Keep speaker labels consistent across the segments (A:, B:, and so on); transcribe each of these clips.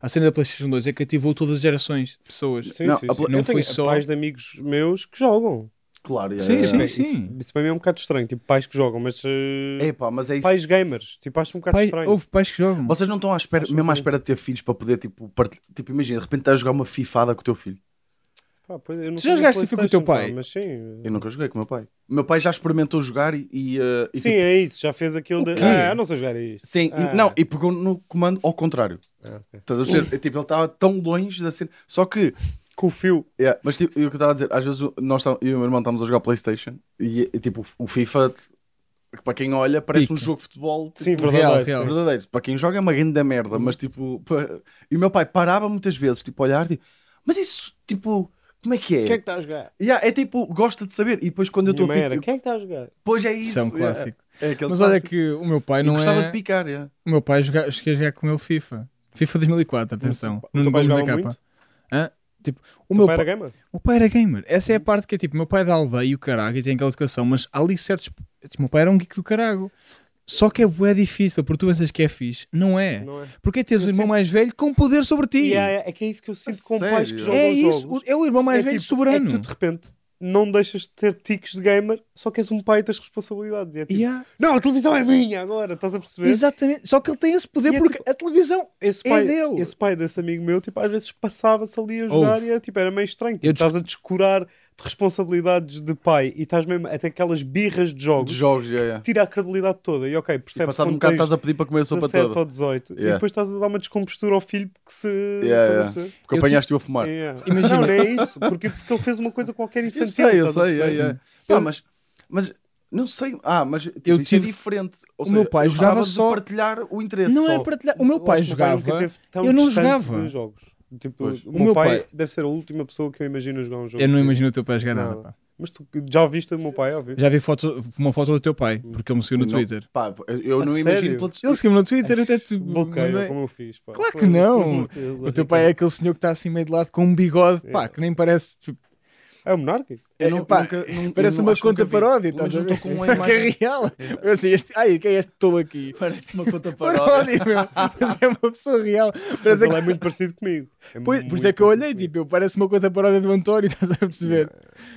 A: A cena da PlayStation 2 é que ativou todas as gerações de pessoas.
B: Sim,
C: Não,
B: sim,
C: a
B: sim.
C: pla-
B: Eu
A: não
B: tenho
A: foi só-
B: pais de amigos meus que jogam.
C: Claro, é,
A: Sim,
C: é,
A: sim,
B: Bem,
A: sim.
B: Isso, isso para mim é um bocado estranho. Tipo, pais que jogam, mas. eh,
C: É pá, mas é isso.
B: pais gamers. Tipo, acho um bocado
A: Pai,
B: estranho.
A: houve pais que jogam.
C: Vocês não estão à espera,
B: Acho
C: mesmo à
B: que-
C: espera de ter filhos para poder, tipo, partilhar. Tipo, imagina, de repente estás a jogar uma fifada com o teu filho.
B: Pá, pois, eu não
A: Tu
B: sei
A: já
B: de
A: jogaste FIFA com o teu
B: PlayStation, pá,
A: pai?
B: Mas sim.
C: Eu nunca joguei com o meu pai. O meu pai já experimentou jogar e. e, uh, e,
B: Sim,
C: tipo,
B: é isso. Já fez aquilo de.
A: quê?
B: Ah, eu não sei jogar a isto.
C: sim, e-
B: Ah.
C: não, e pegou no comando ao contrário.
B: Ah, ok.
C: Estás a perceber? É, Tipo, ele estava tão longe da cena. Só que
B: Com o fio.
C: Yeah, mas tipo, eu que eu estava a dizer, às vezes o- nós tá- eu e o meu irmão estamos a jogar Playstation e, e, tipo, o FIFA, que para quem olha, parece um
A: Pica.
C: jogo de futebol tipo,
B: Sim,
A: Real,
B: verdade. é,
A: real.
B: sim.
C: verdadeiro. Para quem joga é uma grande merda, mas tipo, pa- e o meu pai parava muitas vezes, tipo, a olhar, tipo, mas isso, tipo, como é que é?
B: Quem é que está a jogar?
C: Yeah, é tipo, gosta de saber, e depois quando eu estou a
B: Minha mãe era,
C: picar,
B: Quem é que está a jogar?
C: depois é isso.
A: Isso é um
C: yeah.
A: clássico.
C: É aquele
A: Mas olha
C: clássico.
A: que o meu pai
C: E
A: não
C: gostava de
A: é.
C: picar, yeah.
A: O meu pai joga... cheguei a jogar com ele FIFA. FIFA 2004, atenção.
B: O
A: Não
B: teu pai
A: vamos da
B: jogava
A: capa.
B: muito?
A: Hã? Tipo, o
B: O
A: meu
B: meu
A: pai,
B: pai era gamer?
A: o pai era gamer. Essa é a parte que é tipo, o meu pai é da aldeia e o caralho e tem aquela educação, mas há ali certos. Tipo, o meu pai era um geek do caralho. Só que é bué difícil, porque tu pensas que é fixe. Não é.
B: Não é?
A: Porque é teres
B: Eu
A: o irmão
B: sinto-
A: mais velho com poder sobre ti.
B: E é, é que é isso que eu sinto com
C: sério?
B: pais que
C: É
B: jogam
A: É isso,
B: jogos.
A: o- é o irmão mais
B: É
A: velho
B: tipo,
A: soberano.
B: É que tu de repente não deixas de ter tiques de gamer, só que és um pai e tens responsabilidades. E é tipo,
A: Yeah.
B: Não, a televisão é minha agora, estás a perceber?
A: Exatamente, só que ele tem esse poder
B: E é
A: porque
C: tipo,
A: a televisão.
B: Esse
A: É
B: pai,
A: dele.
B: esse pai desse amigo meu, tipo, às vezes passava-se ali a jogar
A: Ouve.
B: e era, tipo, era meio estranho. Tipo,
A: Eu discu-
B: estás a descurar de responsabilidades de pai e estás mesmo até aquelas birras de
C: De
B: jogos,
C: jogos, yeah, yeah.
B: tira a credibilidade toda. E ok,
C: E
B: percebes
C: passado um
B: quando
C: bocado
B: tens
C: estás a pedir para comer a sopa
B: 17
C: toda,
B: ou 18 e
C: Yeah.
B: depois estás a dar uma descompostura ao filho que se.
C: Yeah,
B: estás a
C: yeah.
B: perceber?
C: porque
A: Eu
C: apanhaste-o a fumar.
B: Yeah.
A: Imagina-
B: Não, não é isso, porque, porque ele fez uma coisa qualquer
C: Eu
B: infantil.
C: sei, eu
B: estás a
C: sei,
B: perceber?
C: é, é. Pá, mas, mas não sei. Ah, mas tipo,
A: Eu
C: isso é
A: tive-
C: diferente. Ou
A: o meu
C: seja,
A: pai
C: eu
A: jogava
C: gostava de
A: só-
C: partilhar o interesse.
A: Não é
C: só.
A: partilhar. O meu
B: Eu
A: pai
B: acho que o meu pai
A: jogava.
B: nunca teve tão
A: eu não
B: distante
A: jogava.
B: dos jogos. Tipo,
C: Pois.
B: o
A: O
B: meu,
A: meu
B: pai,
A: pai-
B: deve ser a última pessoa que eu imagino jogar um jogo.
A: Eu não imagino o teu pai jogar
B: Nada.
A: nada. pá.
B: Mas tu já viste o meu pai, óbvio.
A: Já vi foto, uma foto do teu pai, porque ele me seguiu no
C: Não.
A: Twitter.
C: Pá, eu- eu
B: A
C: não
B: sério?
C: imagino. pela-
A: Ele seguiu-me no Twitter, eu até te
B: Bloqueio,
A: mandei.
B: como eu fiz. pá.
A: Claro que
B: Foda-se,
A: não.
B: pelo amor de Deus,
A: O teu pai é aquele senhor que está assim meio de lado com um bigode, pá, que nem parece. tipo,
B: É o Monarca?
C: eu não-
A: é, pá,
C: nunca- nun-
A: parece
C: eu não-
A: uma
C: acho que nunca
A: conta
C: vi.
A: paródia,
C: Mas
A: estás a
C: eu
A: ver?
C: estou com uma
A: que é
C: imagem.
A: real. Eu assim, este, ai, quem é este tolo aqui?
C: Parece uma conta paródia.
A: Paródia, meu. Mas é uma pessoa real.
B: Mas
A: Parece
B: ele
A: que-
B: é muito parecido comigo.
A: Pois- por isso é que eu olhei, tipo, eu parece uma conta paródia do António, estás a perceber?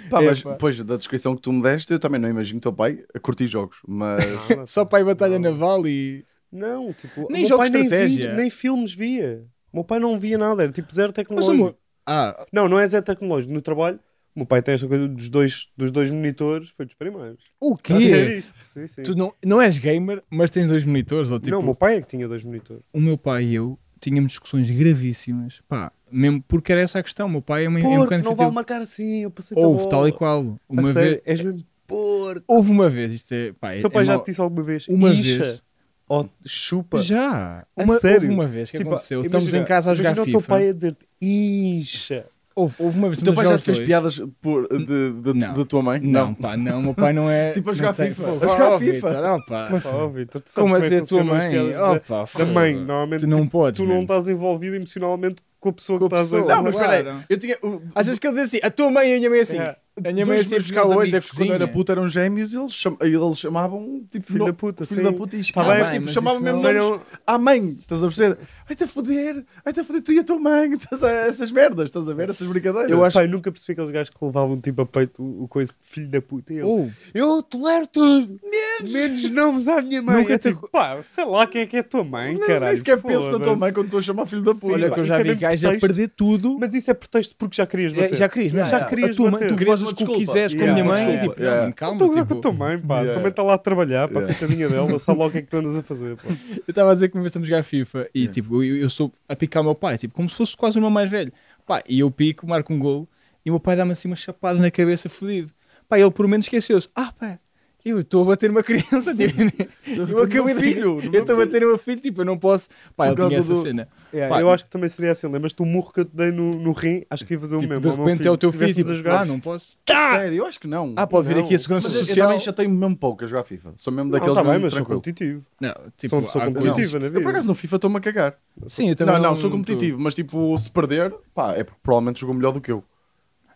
C: Pá,
A: É,
C: mas
A: pá.
C: depois da descrição que tu me deste, eu também não imagino o teu pai a curtir jogos.
A: tipo,
C: Mas
A: Só para ir batalha
B: Não.
A: naval e.
B: Não, tipo,
A: Nem
B: o meu
A: jogos
B: pai
A: de
B: nem,
A: estratégia.
B: via, nem filmes via. O meu pai não via nada, era tipo zero
A: Mas
B: tecnologia.
A: o meu- Ah,
B: Não, não é zero tecnológico. No trabalho, o meu pai tem esta coisa dos dois, dos dois monitores, foi dos primeiros.
A: o
B: Estás a ver
A: quê?
B: isto? Sim, sim.
A: é? Tu não, não és gamer, mas tens dois monitores, ou tipo,
B: Não, o meu pai é que tinha dois monitores.
A: o meu pai e eu tínhamos discussões gravíssimas, pá, mesmo porque era essa a questão. O meu pai é, uma, é um
B: Porco,
A: bocado
B: não
A: infantil.
B: vale marcar assim, eu passei
A: Houve, tal e qual. Uma vez,
B: És mesmo porco.
A: houve uma vez, isto é. Pá, é-
B: Teu pai
A: é
B: já
A: mau-
B: te disse alguma vez?
A: Uma
B: Incha.
A: vez.
B: Ou chupa.
A: Já!
B: A
A: Uma, houve
B: sério?
A: uma vez que
B: Tipo,
A: aconteceu,
B: imagina-
A: estamos em casa a jogar
B: imagina
A: FIFA.
B: o teu pai a dizer-te, incha.
A: Houve, houve uma vez
C: o
A: estamos
C: teu
A: a
C: pai já
A: jogar
C: te fez
A: os dois.
C: piadas por, de, de,
A: Não.
C: da tua mãe?
A: Não, pá, não, o meu pai não é.
C: Tipo a
A: não
C: jogar
A: tem-
C: FIFA.
A: Pô,
C: A jogar
A: ó,
C: FIFA.
A: Vitor, ó, pá.
B: Mas, Ah, óbvio, tu sabes
A: Como
B: como
A: a
B: é que
A: ser a tua
B: funcionam as
A: mãe?
B: piadas
A: Oh,
B: da-
A: pá, foda.
B: da mãe, normalmente tipo,
A: Tu não podes.
B: tu não
A: mano.
B: estás envolvido emocionalmente com a pessoa
A: Com a
B: que estás a
A: pessoa.
C: Não, mas
A: Claro.
C: espera aí. Eu tinha. o-
A: Às vezes que ele diz assim, a tua mãe e a minha mãe assim.
B: É.
A: A minha mãe
C: dois
A: assim a
C: dos
A: buscar
C: meus
A: o olho da
C: amigos, Quando
A: cozinha.
C: eu era puta, eram gêmeos, eles, cham... eles chamavam tipo
B: Filho da
C: no-
B: puta,
C: filho
B: sim.
C: da puta e
B: Tá bem,
C: chamavam,
A: mas
C: tipo,
A: isso
C: chamavam mesmo
A: não-
C: nomes
B: Não, não.
C: à mãe, estás a perceber? Ai-te a foder, ai-te a foder tu e a tua mãe, estás a... essas merdas, estás a ver? Essas brincadeiras.
A: Eu acho-
B: Pai, nunca percebi aqueles gajos que levavam tipo a peito o, o coisa de filho da puta. E ele,
A: Oh,
B: Eu tolero tudo, menos, nomes à minha mãe.
A: Nunca
B: É
A: te-
B: tipo, pá, sei lá quem é que é a tua mãe,
C: Não,
B: caralho.
C: nem sequer penso na tua
B: foda-se.
C: mãe quando estou a chamar filho da puta.
A: olha
B: pá,
A: que eu
B: isso
A: já
B: é
A: vi
B: mesmo
A: gajo a
B: pretexto.
A: perder tudo.
B: Mas isso é pretexto porque já querias
A: É,
B: bater.
A: já querias, mesmo.
B: Já
A: Já
B: querias
A: A tua mãe,
B: bater.
A: tu
C: Querias
A: gozas com
C: uma
A: o que
C: desculpa.
A: quiseres com a
B: Yeah.
A: minha mãe. e
C: Desculpa.
A: tipo, não,
C: Yeah.
A: mano, calma.
B: Estou a gozar
A: tipo,
B: com a tua mãe, pá.
C: Yeah.
B: Também está lá a trabalhar, pá,
C: Yeah.
B: coitadinha dela, sabe lá o que é que tu andas a fazer, pá.
A: Eu estava a dizer que uma vez estamos a jogar FIFA e
C: Yeah.
A: tipo, eu, eu sou a picar o meu pai, tipo, como se fosse quase o irmão mais velho. Pá, e eu pico, marco um golo e o meu pai dá-me assim uma chapada na cabeça fodido. Pá, ele por menos esqueceu-se. Ah, pá, eu estou a bater uma criança, tipo, eu acabei de
C: filho,
A: Eu estou a bater o meu filho, tipo, eu não posso. Pá,
C: Por
A: ele tinha
C: causa
A: essa
C: do-
A: cena.
B: Yeah,
A: Pá,
B: eu acho que também seria assim. Lembras-te do murro que eu te dei no, no rim? Acho que ia fazer o
A: Tipo,
B: mesmo.
A: de
B: ao meu
A: repente é o teu
B: Se
A: filho, tipo,
B: estivéssemos a
A: ah,
B: jogar-
A: não posso.
C: Sério, eu acho que não.
A: Ah, pode vir
B: Não.
A: aqui a segurança
C: Mas eu- eu
A: social. é
C: também já tenho mesmo pouco a jogar FIFA. Sou mesmo
B: Não,
C: daqueles
B: tá bem,
C: mesmo
B: mas sou
C: tranquilo.
B: competitivo.
A: Não, tipo,
B: sou uma pessoa
A: há-
B: competitiva na vida.
C: Eu por acaso no FIFA estou-me a cagar.
A: Sim, eu também
C: Não, não, sou competitivo, mas tipo, se perder, pá, é porque provavelmente jogou melhor do que eu.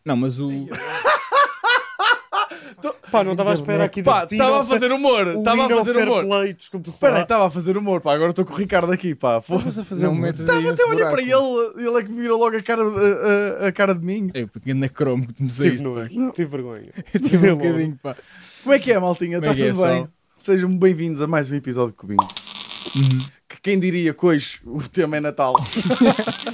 A: Não, mas o.
B: Pá, não estava à espera aqui
C: Pá,
B: de
C: estava a fazer humor, estava a fazer humor. Peraí,
B: Peraí,
C: estava a fazer humor, pá, agora estou com o Ricardo aqui, pá. Foda-se.
A: fazer um momento.
C: Estava até a olhar para ele, ele é que me virou logo a cara, a, a- a cara de mim.
A: Eu é pequeno cromo que te me
B: Tive
C: Tipo,
A: saíste.
C: é.
A: pá.
B: nojo, tive vergonha.
A: Eu tive um
B: Logo.
A: bocadinho, pá.
C: Como é que é, maltinha?
A: Como é
C: Está
A: que é,
C: tudo bem?
A: Sal?
C: Sejam bem-vindos a mais um episódio de Cubinho. Que quem diria que hoje o tema é Natal?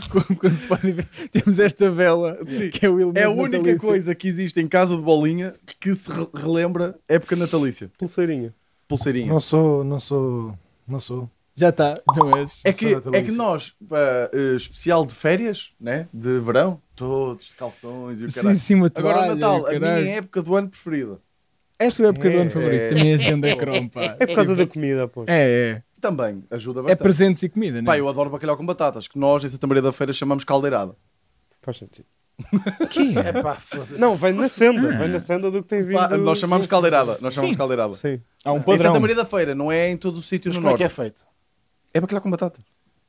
A: Como, como se pode ver, temos esta vela
C: Sim.
A: que é o elemento
C: É a única
A: natalício.
C: coisa que existe em casa de bolinha que se re- relembra época natalícia.
B: Pulseirinha.
C: Pulseirinha.
D: Não sou, não sou, não sou.
A: Já está, não és?
C: É
D: Só
C: que, é
D: natalícia.
C: que nós, pá, eh, especial de férias, né? de verão, todos de calções e o
A: Sim,
C: caralho.
A: sim, uma toalha,
C: Agora o Natal, a
A: caralho.
C: minha época do ano preferida.
A: É a sua época do
B: É,
A: ano favorito.
C: é.
A: Também és ganda cromo, pá.
B: É por causa da comida, pô.
A: É, é.
C: Também ajuda
A: É
C: bastante.
A: presentes e comida, não
C: Pá,
A: é?
C: eu adoro bacalhau com batatas, que nós em Santa Maria da Feira chamamos caldeirada.
B: Faz sentido.
D: É pá, foda-se.
B: Não, vem na senda, vem na senda do que tem vindo.
C: Pá, nós chamamos caldeirada, nós chamamos
A: Sim.
C: caldeirada.
B: Sim.
A: Há um
C: Em Santa
A: padrão.
C: Maria da Feira, não é em todo o sítio
D: Mas
C: no
D: como é
C: norte.
D: que é feito?
C: É bacalhau com batata.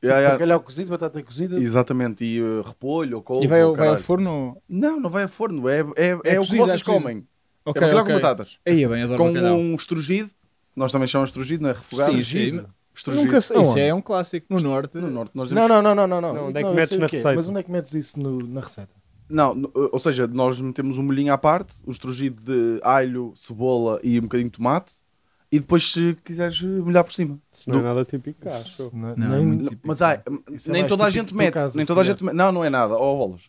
C: Ya, ya.
D: Bacalhau cozido, batata cozida.
C: Exatamente, e eh, repolho ou couve.
A: E vai,
C: ou
A: ao- vai ao
C: caralho.
A: forno?
C: Não, não vai a forno, é, é, é,
A: É
C: o que
A: cozido, é
C: vocês
A: cozido.
C: comem.
A: Ok,
C: é bacalhau
A: ok.
C: com batatas.
A: Aí, bem, adoro
C: com
A: bacalhau.
C: um estrugido, nós também chamamos estrugido, não é? Refogado.
A: Sim,
C: Estrugido.
A: sim.
C: Estrugido.
A: Nunca sei. Isso
D: Aonde?
A: é um clássico. No norte.
C: No norte nós
D: Não,
C: dizemos...
D: não, não, não, não, não.
B: Não, onde é que
D: eu
B: metes
D: sei o
B: na
D: quê,
B: receita?
D: Mas onde é que metes isso no- na receita?
C: Não, no- uh, ou seja, nós metemos um molhinho à parte, o estrugido de alho, cebola e um bocadinho de tomate, e depois se quiseres eh, molhar por cima.
B: Isso não é nada típico, acho.
D: Isso não-
A: Não,
D: nem-
A: é muito típico.
C: Mas ai,
D: Isso é
C: nem
D: mais
C: toda a
D: típico
C: gente
D: do teu
C: mete,
D: caso,
C: nem
D: se
C: toda a
D: calhar.
C: gente mete. Não, não é nada, ó bolas.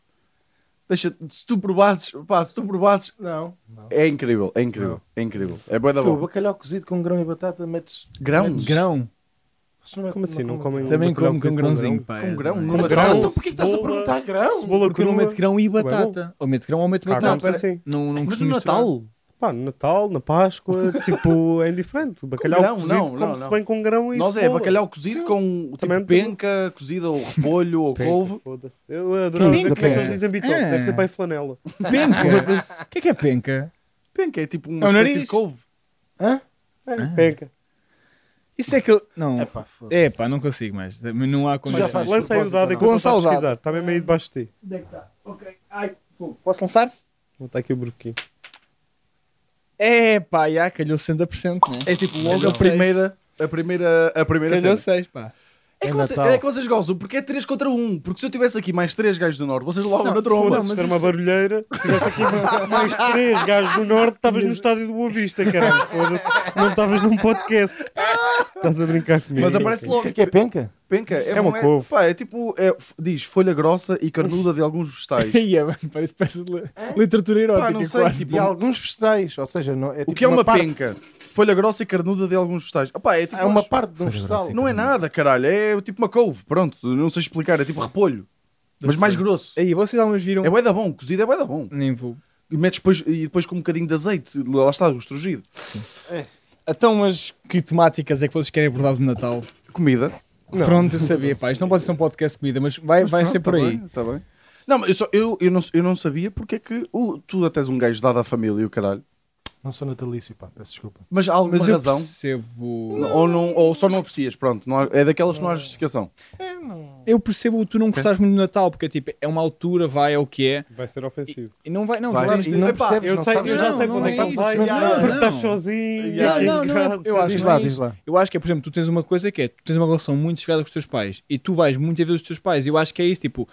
C: Deixa, se tu provasses, pá, se tu provasses,
D: Não, não.
C: é incrível, é incrível, é incrível. É
B: Tá
C: boa da
D: Tu,
C: boa.
D: bacalhau cozido com grão e batata metes...
C: Grãos?
A: Grão.
D: Isso não é-
B: Como assim? Não
D: come-
B: comem-
A: Também
B: bacalhau
A: como com
B: cozido com
A: grãozinho,
B: grão?
A: pá.
C: um Com
A: é,
C: grão?
A: também.
C: Numa
D: Grão?
C: grão?
D: Então porquê que estás a
B: cebola,
D: perguntar grão?
B: Cebola
A: Porque eu não
B: crua.
A: meto grão e
B: Ué, bom.
A: batata. Ou meto grão ou meto
B: Cá
A: batata.
B: come-se assim.
A: Não, não
C: Mas
A: costumo
C: no
A: misturar.
C: Natal?
B: Pá, no Natal, na Páscoa, tipo, é indiferente. Bacalhau
C: grão,
B: cozido
C: não, não,
B: come-se
C: não.
B: bem com grão e
C: Nós é
B: cebola.
C: bacalhau cozido com tipo,
B: Também-
C: penca cozida ou repolho ou
B: Penca,
C: couve.
B: foda-se. Eu adoro
A: Que isso
B: ver
A: da
B: o que é que
A: penca?
B: eles dizem bitola.
A: É.
B: Deve ser pai flanela.
A: Penca. O que é que é penca?
C: Penca é tipo uma
A: É o
C: espécie
A: nariz?
C: de couve.
D: Hã?
B: É, penca.
A: Isso é que. eu- Não.
D: É pá, foda-se.
A: É pá, não consigo mais. Não há
D: já
A: condições.
D: fazes
B: Lança aí o
D: propósito,
B: dado
A: tá
D: não?
B: enquanto eu estou a
A: Lança o dado.
B: pesquisar. Está mesmo aí debaixo de ti.
A: Posso lançar?
B: Não está aqui o burquinho.
A: É pá, já calhou 60%, né?
C: É tipo logo a
A: Calhou seis.
C: primeira, a primeira, a primeira
A: Calhou
C: cena.
A: 6, pá.
C: É
D: É
C: que, você-
D: Natal.
C: é que vocês gozam, porque é 3 contra 1. Porque se eu tivesse aqui mais 3 gajos do Norte, vocês logo
A: Não,
C: na tromba.
A: foda-se.
B: Se
A: mas
B: era
A: isso-
B: uma barulheira, se tivesse aqui mais três gajos do norte, estavas no estádio do Boa Vista, caralho. Foda-se. Não estavas num podcast. Estás a brincar comigo.
C: Mas aparece
D: Isso
C: logo.
D: que é que é penca?
C: Penca, é,
B: É uma couve.
C: pá, é tipo, é, f- diz, folha grossa e carnuda de alguns vegetais.
A: Aí é, mano, parece, parece li- literatura erótica,
C: Pá, não sei, tipo-
A: quase.
B: Tipo,
D: De alguns vegetais, ou seja, não, é
C: o
D: tipo
C: que é uma,
D: parte-
C: penca? Folha grossa e carnuda de alguns vegetais. Ah, pá, é tipo
D: É uma
C: nós-
D: parte de um vegetal.
C: Não é nada, caralho. É tipo uma couve, pronto. Não sei explicar, é tipo repolho. Mas mais grosso.
A: Aí, vocês algumas viram.
C: É bué da bom, cozido é bué da bom.
A: Nem vou.
C: E metes depois, e depois com um bocadinho de azeite, lá está, o estrugido.
A: Então, mas que temáticas é que vocês querem abordar de Natal?
C: Comida.
A: Pronto, eu sabia, pá. Isto não pode ser um podcast de comida, mas vai,
C: Mas
A: É, vai
C: pronto,
A: ser por
C: tá
A: aí.
C: bem, tá bem. Não, mas eu, só, eu, eu, não, eu não sabia porque é que o- tu até és um gajo dado à família e o caralho.
D: Não sou natalício, pá, peço desculpa.
C: Mas há alguma
A: Mas eu
C: razão?
A: percebo.
C: Ou, não, ou só não aprecias, pronto. não há- é daquelas que não há justificação.
A: Eu percebo o tu não gostares muito do Natal, porque tipo, é uma altura, vai, é o que é.
B: Vai ser ofensivo.
A: E não vai. Não,
C: Vai.
A: claro,
C: E
A: isto-
C: não-
A: não,
C: Epá,
D: percebes,
B: Eu,
D: é não
B: sei,
D: sabes.
B: eu
A: Não,
B: já sei para
A: não
B: onde é que
A: é
B: ele
A: isso,
B: vai.
A: não, não,
B: Porque
A: não.
B: estás sozinho.
A: Não,
B: e
A: não,
B: aqui em
A: não,
B: casa.
A: eu acho
D: Diz
A: não
D: lá,
A: é
D: diz
A: isso.
D: lá.
A: Eu acho que é, por exemplo, tu tens uma coisa que é, tu tens uma relação muito chegada com os teus pais e tu vais muitas vezes aos teus pais e eu acho que é isso, tipo,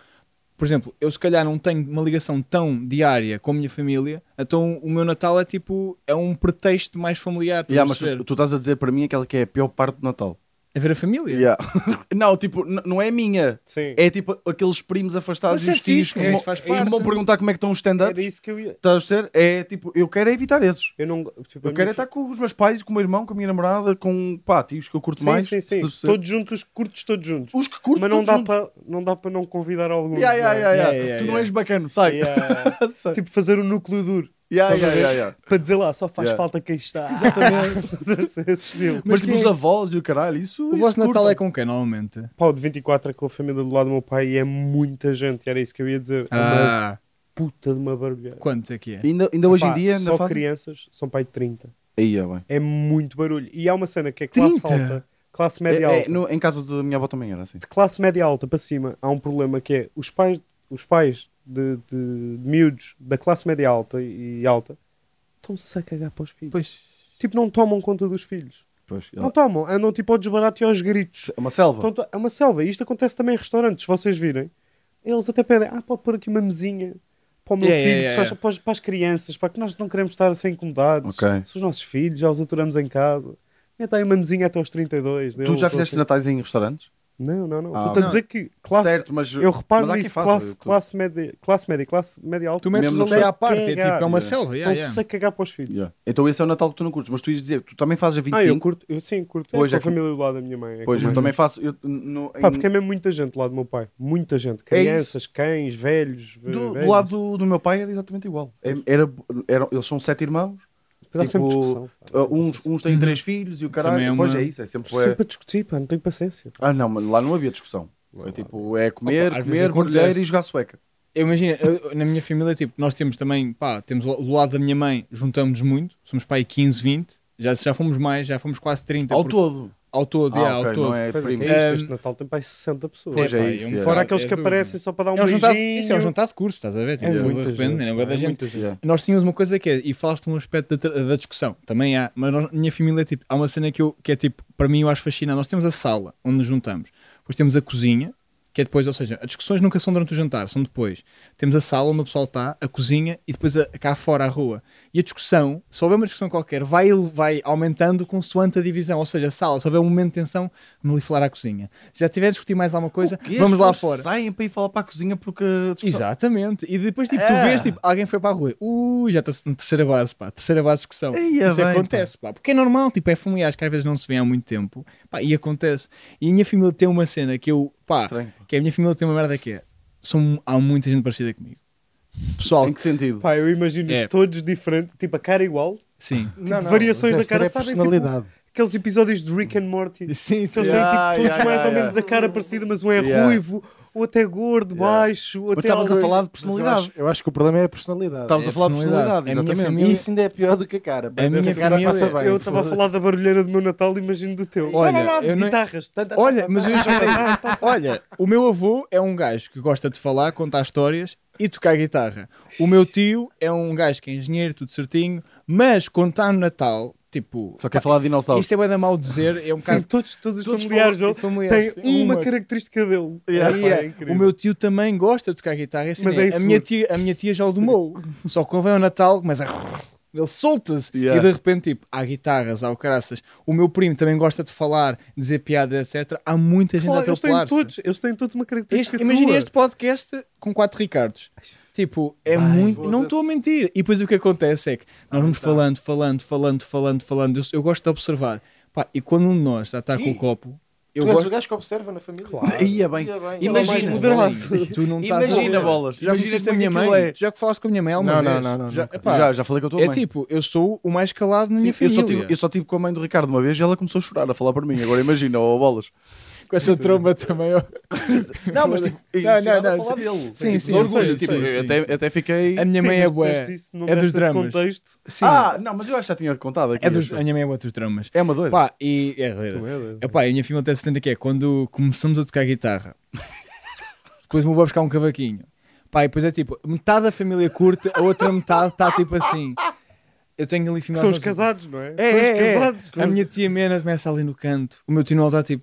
A: por exemplo, eu se calhar não tenho uma ligação tão diária com a minha família, então o meu Natal é tipo, é um pretexto mais familiar, estás
C: Yeah,
A: a
C: mas tu,
A: perceber?
C: tu estás a dizer para mim aquela que é a pior parte do Natal.
A: É ver a família.
C: Yeah. não, tipo, n- não é a minha.
B: Sim.
C: É tipo aqueles primos afastados
A: Mas
C: e
A: é
C: os tios
A: fixe,
C: que
A: é,
C: me vão-
A: isso faz
C: que me vão
A: parte.
C: perguntar como é que estão os
B: Era
C: stand-ups.
B: isso que eu ia.
C: Estás a perceber? É tipo, eu quero é evitar esses.
B: Eu não. Tipo, a
C: Eu quero é
B: minha
C: estar com os meus pais, com o meu irmão, com a minha namorada, com pá, tios que eu curto
B: Sim,
C: mais.
B: sim, sim.
C: Estás a perceber?
B: Todos juntos, curtos todos juntos.
C: Os que curto,
B: Mas não
C: todos
B: dá,
C: juntos.
B: para, não dá para não convidar alguns.
C: Yeah, yeah,
B: não é?
C: yeah, yeah.
A: Yeah, yeah,
C: tu não
A: yeah.
C: és bacana, sai.
B: Yeah.
C: Sai.
B: Tipo, fazer o núcleo duro.
C: Yeah,
B: estás a
C: yeah,
B: ver?
C: yeah, yeah.
B: Para dizer lá, só faz
C: Yeah.
B: falta quem está. Exatamente. Esse estilo.
C: Mas, tipo,
A: quem-
C: os avós e o caralho, isso.
A: O vosso Natal é com quem, normalmente?
B: Pá, o de 24 é com a família do lado do meu pai e é muita gente. Era isso que eu ia dizer. É uma
A: Ah,
B: puta de uma barulheira.
A: quantos é que é?
C: Ainda, ainda hoje
B: Pá,
C: em dia, ainda
B: só
C: fazem.
B: crianças são pai de 30.
C: Aí, é, bem.
B: É muito barulho. E há uma cena que é classe
A: 30?
B: alta, classe
C: É,
B: média
C: é,
B: alta.
C: no- em casa da minha avó também era assim.
B: De classe média alta para cima, há um problema que é os pais, os pais de, de, de miúdos da classe média alta e alta estão estão-se a cagar para os filhos.
A: Pois.
B: Tipo, não tomam conta dos filhos.
C: Pois,
B: Não tomam. Andam tipo ao desbarato e aos gritos.
C: É uma selva.
B: Então, é uma selva. E isto acontece também em restaurantes, se vocês virem. Eles até pedem, ah, pode pôr aqui uma mesinha para o meu
A: Yeah,
B: filho,
A: yeah,
B: só-
A: yeah.
B: Para, os- para as crianças, para que nós não queremos estar a ser incomodados.
C: Ok.
B: São os nossos filhos, já os aturamos em casa. Ainda tem uma mesinha até aos 32.
C: tu
B: deles,
C: já
B: ou
C: fizeste
B: assim.
C: natais em restaurantes?
B: Não, não, não.
C: Ah,
B: Estou a
C: não.
B: dizer que classe...
C: certo, mas
B: Eu reparo
C: mas há quem
B: nisso,
C: faça,
B: classe,
C: tu-
B: classe média, classe média, classe média alta.
A: Tu metes
C: Mesmo
A: ali à
B: não sei
A: parte, é
B: quem
A: tipo, é uma
C: é.
A: selva. yeah,
B: Estão-se
A: yeah.
B: a cagar para os filhos.
C: Yeah. Então esse é o Natal que tu não curtes, mas tu ias dizer, tu também fazes a
B: Ah, eu
C: 25?
B: curto, eu sim, curto.
C: Pois,
B: é,
C: é
B: com a família do lado da minha mãe. é
C: pois,
B: com a
C: eu
B: mãe.
C: também faço. Eu, no,
B: Pá,
C: em-
B: porque é mesmo muita gente do lado do meu pai. Muita gente.
C: É isso.
B: Crianças, cães, velhos.
C: do, do
B: velhos.
C: lado do, do meu pai era exatamente igual. É- Era, era- eles são sete irmãos,
B: Dá sempre
C: tipo,
B: discussão. pá.
C: uh, uns, uns têm
A: Uhum.
C: três filhos e o caralho.
A: Também é
C: Pois
A: uma-
C: é isso, é sempre. é-
B: Sempre a discutir, pá, não tenho paciência.
C: Ah, não, mas lá não havia discussão. É tipo, é comer,
A: Opa, às vezes
C: comer, barulheira
A: acontece.
C: e jogar sueca.
A: Eu imagino, eu- na minha família, tipo, nós temos também, pá, temos o- do lado da minha mãe, juntamos muito, somos pai 15, 20, já, já fomos mais, já fomos quase 30.
C: Ao
A: porque-
C: todo.
A: Ao todo, é,
C: Ah,
A: ao
C: ok,
A: todo.
C: não é
B: Pois é,
C: primo.
B: que é isto,
A: Ahm,
B: este Natal tem para 60 pessoas.
C: Pois é
A: pá,
C: isso,
A: um
C: é.
B: Fora
A: fogo,
B: aqueles
A: é
B: que
A: duro.
B: aparecem só para dar um
A: É um
B: beijinho. É
A: jantar, isso é um jantar de curso, estás a ver?
C: É
A: Tipo, de
B: muita
A: repente,
B: gente,
A: né,
B: pá,
A: bué da
B: é
A: gente.
B: muita gente.
C: Yeah.
A: Nós tínhamos uma coisa que é, e falaste de um aspecto da, tra- da discussão, também há, mas nós- minha família, tipo, há uma cena que, eu, que é tipo, para mim eu acho fascinante. Nós temos a sala onde nos juntamos, depois temos a cozinha, que é depois, ou seja, as discussões nunca são durante o jantar, são depois. Temos a sala onde o pessoal está, a cozinha e depois a- cá fora, a rua. E a discussão, se houver uma discussão qualquer, vai, ele- vai aumentando consoante a divisão, ou seja, a sala, se houver um momento de tensão, vamos ali falar à cozinha. Se já tiver a discutir mais alguma coisa,
C: O quê? As
A: vamos lá
C: pessoas
A: fora.
C: Saem para ir falar para a cozinha porque. a discussão-
A: Exatamente. E depois, tipo,
C: Tipo, É.
A: tu vês, tipo, alguém foi para a rua. Ui, já está na terceira base, pá. Terceira base de discussão.
C: Eia,
A: Isso
C: bem,
A: acontece, pá. Porque é normal, tipo, é familiares que às vezes não se vê há muito tempo. Pá, e acontece. E a minha família tem uma cena que eu, pá,
C: Estranho.
A: que a minha família tem uma merda que é. São, há muita gente parecida comigo. Pessoal,
C: Em que sentido?
B: Pá, eu imagino
A: É.
B: os todos diferentes, tipo a cara igual.
A: sim.
D: Não, não,
B: Tipo, variações
D: deve
B: da cara,
D: ser é
B: sabem,
D: personalidade.
B: Aqueles episódios de Rick and Morty. Que
A: Sim, sim.
B: Eles
C: Yeah.
B: têm tipo, todos
C: yeah,
B: mais
C: yeah,
B: ou menos
C: yeah.
B: a cara parecida, mas um é
C: Yeah.
B: ruivo, ou até gordo,
C: Yeah.
B: baixo, é ou
C: Mas
B: até
C: estavas a
B: alguém-
C: falar de
D: Mas eu
C: personalidade.
D: acho- Eu acho que o problema é a personalidade.
C: Estavas
A: É
C: a falar de
A: personalidade.
C: personalidade,
A: É a minha
C: exatamente.
A: família.
D: E isso ainda é pior do que a cara. pá.
A: A minha
D: a cara
A: família-
D: passa bem.
B: Eu estava a falar da
D: foda-se.
B: barulheira do meu Natal, imagino do teu.
A: Olha,
B: Lá, lá, lá, de
A: eu não-
B: guitarras. Tan, tan, tan,
A: Olha,
B: tan,
A: mas eu
B: tan,
A: já-
B: tan, tan, tan.
A: Olha, o meu avô é um gajo que gosta de falar, contar histórias e tocar guitarra. O meu tio é um gajo que é engenheiro, tudo certinho, mas quando está no Natal, tipo.
C: Só quer falar de dinossauros.
A: Isto é bem mal dizer, é um
B: Sim,
A: bocado.
B: todos, todos os
A: Todos
B: familiares
A: falam-
B: dele têm
A: familiares, sim.
B: uma
A: Uma.
B: característica dele.
A: Yeah.
B: Pá, é incrível.
A: o meu tio também gosta de tocar guitarra, é assim,
B: Mas
A: né?
B: é
A: a,
B: inseguro.
A: minha tia, a minha tia já o domou. Só que quando vem o Natal, começa a. Ele solta-se
C: Yeah.
A: e de repente, tipo, há guitarras, há o caraças. O meu primo também gosta de falar, dizer piadas, etc. Há muita gente
B: Claro,
A: a
B: eles, têm
A: atropelar-se.
B: todos, eles têm todos uma característica
A: Este, imagina
B: tua.
A: este podcast com quatro Ricardos. Tipo, é
D: Ai,
A: muito.
D: foda-se.
A: Não estou a mentir. E depois o que acontece é que nós vamos
B: tá.
A: falando, falando, falando, falando, falando. Eu, eu gosto de observar. Pá, e quando um de nós já está com
D: Ih,
A: o copo, eu
D: Tu és o
A: gosto.
D: gajo que observa na família. é
C: Claro. Ia bem.
B: Imagina, moderado.
A: Tu não estás a
C: Imagina
A: ver.
C: bolas.
A: Tu Já
C: Imagina
A: conheceste com a
C: como é
A: minha
C: que
A: mãe?
C: aquilo é.
A: Tu Já que falaste com a minha mãe alguma
D: Não, não,
A: vez?
D: não, não,
A: Já,
D: nunca.
A: epá,
C: já, já falei com a tua
A: é
C: mãe.
A: tipo, eu sou o mais calado na
C: Sim,
A: minha
C: eu,
A: família.
C: só tive, eu só tive com a mãe do Ricardo uma vez e ela começou a chorar a falar para mim. Agora imagina, ó bolas.
A: Com essa tromba também. ó.
C: Não, mas tipo,
A: Não,
C: não, não,
A: não,
C: a
A: não,
C: falar dele.
A: Sim, sim,
C: Orgulho,
A: eu sei,
C: tipo,
A: sei,
C: eu
A: sim,
C: até,
A: sim.
C: até fiquei.
A: A minha
B: Sim,
A: mãe é
B: mas
A: boa.
B: disseste isso, não
A: É dos
B: deste esse
A: dramas.
B: contexto.
A: Sim,
C: Ah, não, mas eu acho que já tinha contado aqui.
A: é dos,
C: esta.
A: a minha mãe é boa dos dramas.
C: É uma doida.
A: Pá, e. É, é, é, Epá, e a minha filha até se entende que é quando começamos a tocar guitarra, depois me vou buscar um cavaquinho. Pá, e depois é tipo, metade da família curte, a outra metade está tipo assim. Eu tenho ali
B: Que
A: filmagens.
B: são os casados, não é?
A: É,
B: são os
A: é, é.
B: casados.
A: A minha tia Mena começa ali no canto. O meu tio Noel está tipo.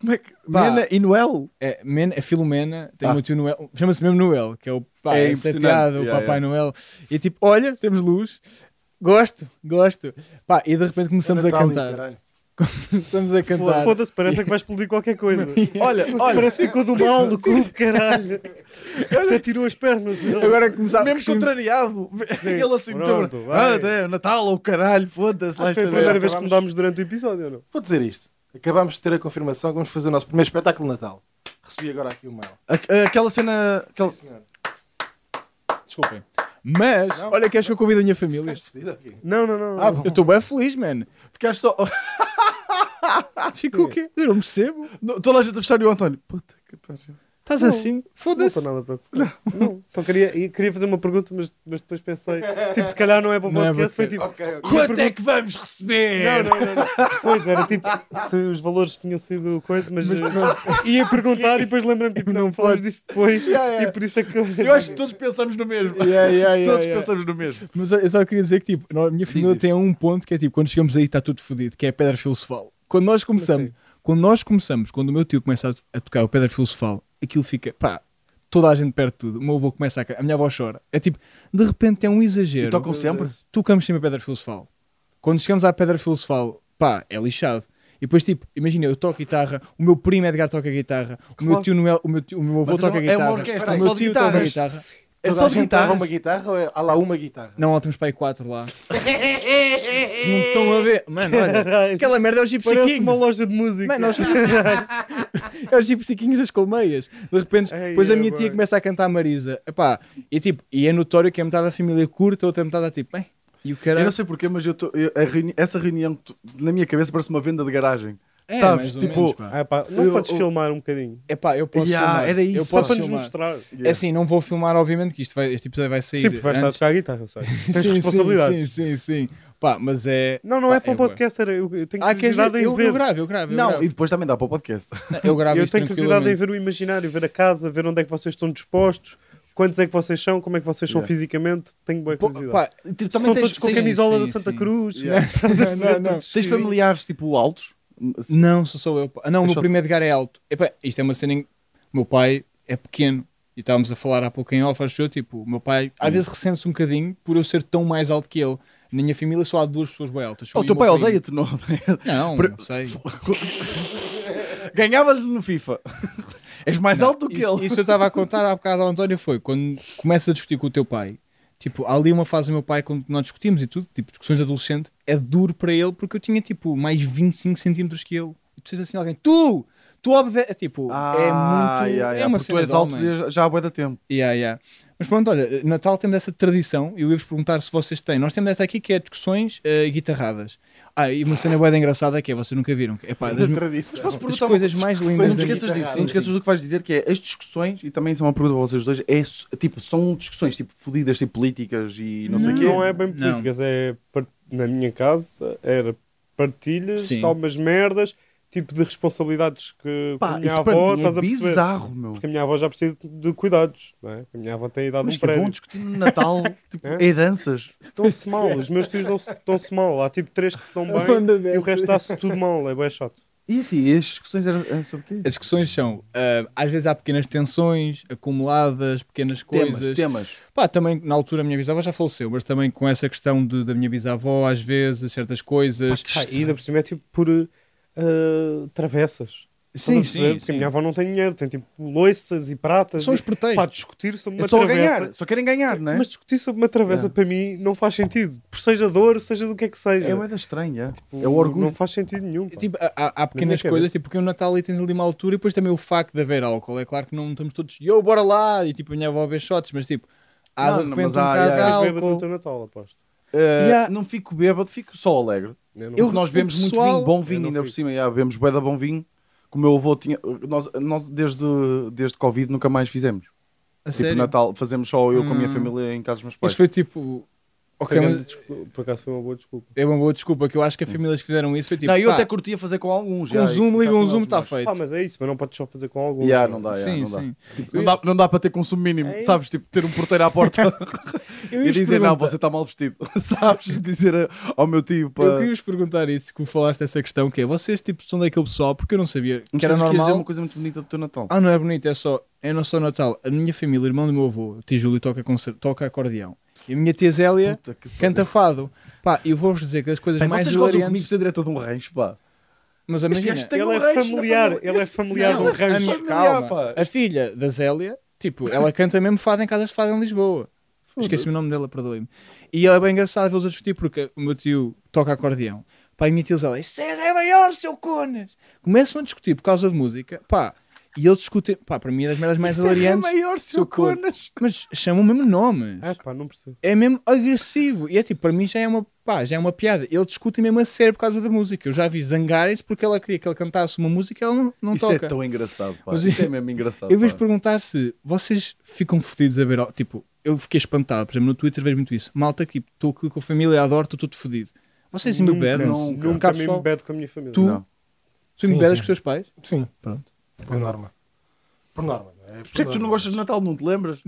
C: Como é que.
A: pá.
C: Mena e Noel.
A: É, Men, é Filomena, tem
C: Ah.
A: o meu tio Noel. Chama-se mesmo Noel, que é o
C: É
A: pai, é
C: impressionante.
A: piada, o
C: Yeah,
A: Papai Noel. E tipo, olha, temos luz. Gosto, gosto. Pá, e de repente começamos a cantar. Começamos a cantar.
B: Foda-se, parece que vai explodir qualquer coisa.
C: Olha,
B: Mas
C: olha.
B: parece que ficou do mal do clube, caralho. Até tirou as pernas. ele.
C: é
A: Agora começava
C: Mesmo contrariado.
B: Sim,
C: Ele assim,
B: pronto,
C: muito-
B: vai.
C: Ah, até o Natal ou o caralho, foda-se. lá
B: Acho que foi a
C: está
B: primeira
C: ele.
B: vez que mudámos durante o episódio, ou não?
D: Vou dizer isto. Acabámos de ter a confirmação que vamos fazer o nosso primeiro espetáculo de Natal. Recebi agora aqui o mail.
C: A- Aquela cena. aquela-
D: Sim, senhor.
A: Desculpem. Mas,
D: Não.
A: olha que acho que eu convido a minha família.
D: Estás fedido aqui.
B: Não, não, não.
D: Ah,
B: não.
D: bom.
A: Eu estou bem feliz, man.
C: Ficaste só.
A: Ficou o quê? Eu não percebo.
C: Não, Toda a gente a fechar e o António. Puta que pariu.
A: Estás
B: Não.
A: assim?
B: Não
A: Foda-se.
B: estou nada preocupado. Não, só queria, e queria fazer uma pergunta, mas, mas depois pensei, tipo, se calhar não é para o
A: Não é
B: podcast, foi
A: porque-
B: tipo,
D: Ok, ok.
A: Quanto é que vamos receber?
B: Não, não, não, não. Pois era tipo se os valores tinham sido coisa, mas, eh, ia perguntar e depois lembrei-me, tipo, não, falas disso depois
C: Yeah, yeah.
B: e por isso é que eu.
C: Eu acho que todos pensamos no mesmo.
A: Yeah, yeah, yeah,
C: todos
A: yeah.
C: pensamos no mesmo.
A: Mas eu só queria dizer que, tipo, nós- a minha família
C: diz.
A: tem um ponto que é tipo, quando chegamos aí está tudo fodido, que é a pedra filosofal. Quando nós começamos, quando nós começamos, quando o meu tio começa a, a tocar o pedra filosofal, aquilo fica, pá, toda a gente perde tudo. O meu avô começa a ca- a minha avó chora. É tipo, de repente é um exagero.
C: E tocam sempre?
A: Tocamos sempre a pedra filosofal. Quando chegamos à pedra filosofal, pá, é lixado. E depois, tipo, imagina, eu toco guitarra, o meu primo Edgar toca guitarra, o meu
B: Claro.
A: tio Noel, o meu, tio, o meu avô
C: Mas
A: toca
C: é uma
A: guitarra.
C: orquestra,
A: o
C: é
A: meu
C: só de
A: tio toca
C: guitarras.
A: guitarra.
C: É
D: Toda
C: só
D: a
C: de
D: gente leva uma
C: guitarra.
D: guitarra ou é, há lá uma guitarra?
A: Não, ó, temos para aí quatro lá. Se não estão a ver. Mano, olha. Aquela merda é os Gypsy
B: Parece
A: Kings.
B: uma loja de música.
A: Mano, é os... é os Gypsy Kings das colmeias. De repente,
B: Ai,
A: depois a minha
B: é,
A: tia
B: bem.
A: começa a cantar Marisa. Epá, e tipo, e é notório que a metade da família curta, a outra metade está tipo, bem, e o
C: Eu
A: cara.
C: não sei porquê, mas eu tô- eu- a reuni- essa reunião tu- na minha cabeça parece uma venda de garagem.
A: É, mais
C: sabes,
A: ou
C: tipo,
A: menos, pá.
B: Ah, pá, não
C: Eu-
B: podes
C: eu-
B: filmar um bocadinho.
A: Epá, eu posso
C: Yeah,
A: filmar.
C: era
A: Eu
C: isso,
B: Só
A: posso
B: para nos
A: filmar.
B: mostrar.
A: É assim, não vou filmar, obviamente, que isto vai, este episódio vai sair.
B: Sim, porque Tipo, vais estar a
A: antes.
B: tocar a guitarra, eu sei. Tens
A: sim,
B: responsabilidade.
A: sim, sim, sim. Pá, mas é.
B: Não, não
A: Pá,
B: é para o
A: eu vou-
B: podcast, era, eu eu tenho
A: Ah, queres ver?
B: curiosidade em
A: Eu, eu
B: ver.
A: gravo, eu gravo. eu
C: Não,
A: gravo.
C: e depois também dá para o podcast.
A: eu gravo
B: Eu
A: isto
B: tenho curiosidade em
A: tranquilamente.
B: ver o imaginário, ver a casa, ver onde é que vocês estão dispostos, quantos é que vocês são, como é que vocês são
C: Yeah.
B: fisicamente. Tenho boa
A: Pô,
B: curiosidade.
A: pá,
C: Tipo,
B: Se estão
C: tens-
B: todos com
A: sim,
B: camisola
A: sim,
B: da Santa
A: sim.
B: Cruz. é?
C: Yeah.
B: Estás a perceber?
A: Não, não.
B: Todos cheios.
C: Tens familiares tipo altos?
A: Não, sou só eu. pá. Ah, Não, o meu
C: só tu.
A: primo Edgar é alto. Epá, isto é uma cena em que o meu pai é pequeno. E estávamos a falar há pouco em off, acho eu, tipo, o meu pai
C: Hum.
A: às vezes ressente-se um bocadinho por eu ser tão mais alto que ele. Na minha família só há duas pessoas bem altas. sou
C: Oh,
A: eu e
C: o teu
A: meu
C: pai
A: primo.
C: odeia-te, não? né?
A: Não,
C: Pre-
A: não sei.
C: Ganhavas no FIFA. És mais alto do que
A: Isso,
C: ele.
A: isso eu estava a contar há bocado ao António foi quando começa a discutir com o teu pai. Tipo, há ali uma fase do meu pai quando nós discutimos e tudo, tipo, discussões de adolescente, é duro para ele porque eu tinha tipo mais 25 centímetros que ele. E tu tens assim alguém, tu! Tu obedece.
C: é
A: Tipo, é muito. é uma
C: Ah, porque tu
A: cena
C: és
A: de
C: alto
A: homem.
C: desde- já há bué da tempo.
A: Yeah, yeah. Mas pronto, olha, Natal temos essa tradição e eu ia-vos perguntar se vocês têm. Nós temos esta aqui que é discussões eh, guitarradas. Ah, e uma cena bué da engraçada que é, vocês nunca viram. que É pá, das,
D: Da tradição.
A: as
C: posso perguntar uma
A: coisas mais lindas.
D: discussões
C: Não
A: da
C: te esqueças
A: guitarra.
C: disso, não te esqueças do que vais dizer, que é as discussões, e também isso é uma pergunta para vocês dois, é, su- tipo, são discussões tipo fodidas, tipo políticas e não sei o quê.
B: Não é bem
A: Não.
B: políticas, é par- na minha casa era partilhas,
A: Sim.
B: algumas merdas, tipo de responsabilidades que que
C: Pá,
B: a minha
C: isso para
B: avó,
C: mim é
B: estás a perceber?
C: bizarro, meu.
B: Porque a minha avó já precisa de cuidados, não é? A minha avó tem a idade de
C: Mas
B: um
C: que
B: prédio.
C: vão discutir no Natal, tipo,
B: É?
C: heranças.
B: Estão-se mal, os meus tios dão-se- dão-se mal. Há tipo três que se dão
A: A banda
B: bem e o
A: dela.
B: resto dá-se tudo mal, é bem chato.
C: E a ti, as discussões eram eram sobre o quê?
A: As discussões são, ah, às vezes há pequenas tensões acumuladas, pequenas coisas.
C: temas.
A: Pá, também na altura a minha bisavó já faleceu, mas também com essa questão de- da minha bisavó, às vezes, certas coisas.
B: Pá, e ainda por cima é tipo por eh, eh, travessas.
A: sim,
B: Estás a perceber?
A: sim.
B: Porque
A: sim.
B: a minha avó não tem dinheiro, tem tipo loiças e pratas.
A: São
B: e-
A: os pretextos.
B: Pá, discutir sobre uma
C: É só
B: travessa.
C: ganhar, só querem ganhar, não é?
B: Mas discutir sobre uma travessa
C: É.
B: para mim não faz sentido. Por seja dor, seja do que é que seja.
C: É uma da estranha.
B: Tipo,
C: é o orgulho. É
B: Não faz sentido nenhum. pá.
A: Tipo, há- há, há pequenas
B: cabeça.
A: coisas, tipo, porque o Natal ali tens ali uma altura e depois também o facto de haver álcool. É claro que não estamos todos, yo, bora lá, e tipo, a minha avó vê shots, mas tipo, há
C: Não,
A: de
C: não,
A: repente um
C: mas há- é
A: bocado de
C: há-
B: Ficas bêbado no
A: álcool.
B: teu Natal, aposto.
C: Uh,
B: eh,
A: Yeah.
C: Não fico bêbado, fico só alegre.
B: Eu não-
A: Eu-
C: Porque nós
A: o
C: bebemos
A: pessoal-
C: muito vinho, bom
B: Eu
C: vinho
B: não
C: ainda por
B: fico.
C: cima. Yeah, bebemos bué da bom vinho. Como o meu avô tinha. Nós, nós desde, desde Covid nunca mais fizemos.
A: A
C: tipo
A: sério?
C: Natal, fazemos só eu com a minha
A: Hum.
C: família em casa dos meus pais.
A: Isso foi tipo, ok,
B: Cagando,
A: mas
B: é desculpa, Por acaso foi uma boa desculpa.
A: é uma boa desculpa, que eu acho que as famílias que fizeram isso foi tipo,
C: Hum. não, eu
A: pá,
C: até curtia fazer com alguns.
A: com um zoom, liga um zoom, está
C: feio.
A: feito.
B: Pá, mas é isso, mas não podes só fazer com algum.
C: Yeah, não dá, yeah,
A: sim,
C: não dá.
A: sim.
C: Tipo, não, dá, não dá para ter consumo mínimo,
B: É
C: sabes? Tipo, ter um porteiro à porta
A: Eu
C: e
A: ia-vos
C: dizer, não,
A: perguntar-
C: você está mal vestido, sabes? Dizer a- ao meu tio
A: Eu
C: para.
A: queria-vos perguntar isso, que falaste dessa questão, que é, vocês tipo são daquele pessoal, porque eu não sabia
C: Mas
A: que era
C: tu querias dizer uma
A: normal.
C: coisa muito bonita do teu Natal.
A: Ah, não é bonito, é só, é não só Natal. A minha família, o irmão do meu avô, o tio Júlio, toca, concer- toca acordeão. E a minha tia Zélia
C: Puta que
A: canta fado. Pá, eu vou-vos dizer que das coisas
C: Bem,
A: mais
C: vocês gozam comigo
A: hilariantes...
C: por ser diretor de um rancho, pá.
A: Mas imagina,
C: gajo tem
B: Ele
C: um
B: é
C: rancho na
B: familiar,
C: família.
B: ele é familiar de um
A: a
B: rancho.
A: minha,
C: familiar,
A: calma,
C: é pá.
A: a filha da Zélia, tipo, ela canta mesmo fado em casas de fado em Lisboa. Esqueci o nome dela, perdoe-me. E ela é bem engraçada vê-los a discutir porque o meu tio toca acordeão. Pá, e a minha tia Zélia, isso é ré maior, seu conas! Começam a discutir por causa de música, pá. E eles discutem, pá, para mim é das merdas mais hilariantes.
C: maior,
A: seu cornas. Mas chamam o mesmo nome.
B: Ah, pá, não percebo.
A: É mesmo agressivo. E é tipo, para mim já é uma, pá, já é uma piada. Eles discutem mesmo a sério por causa da música. Eu já vi zangarem-se porque ela queria que ele cantasse uma música e ela não, não
C: Isso
A: toca.
C: é tão engraçado, pá.
A: Mas
C: Isso
A: eu-
C: é mesmo engraçado.
A: Eu vejo
C: pá.
A: perguntar se vocês ficam fodidos a ver. ó, Tipo, eu fiquei espantado. Por exemplo, no Twitter vejo muito isso. Malta, aqui, estou aqui com a família, adoro, estou todo fodido. Vocês se
B: Nunca,
A: embebedam?
C: não.
A: se-
C: nunca.
B: nunca me
A: Pessoal,
B: embedo com a minha família.
A: tu-
C: Não.
A: Se
D: Sim,
A: embebedas
D: sim.
A: com os seus pais?
D: Sim,
A: Pronto.
D: por norma. Por norma. não É,
C: Por isso é que tu não gostas de Natal, não te lembras?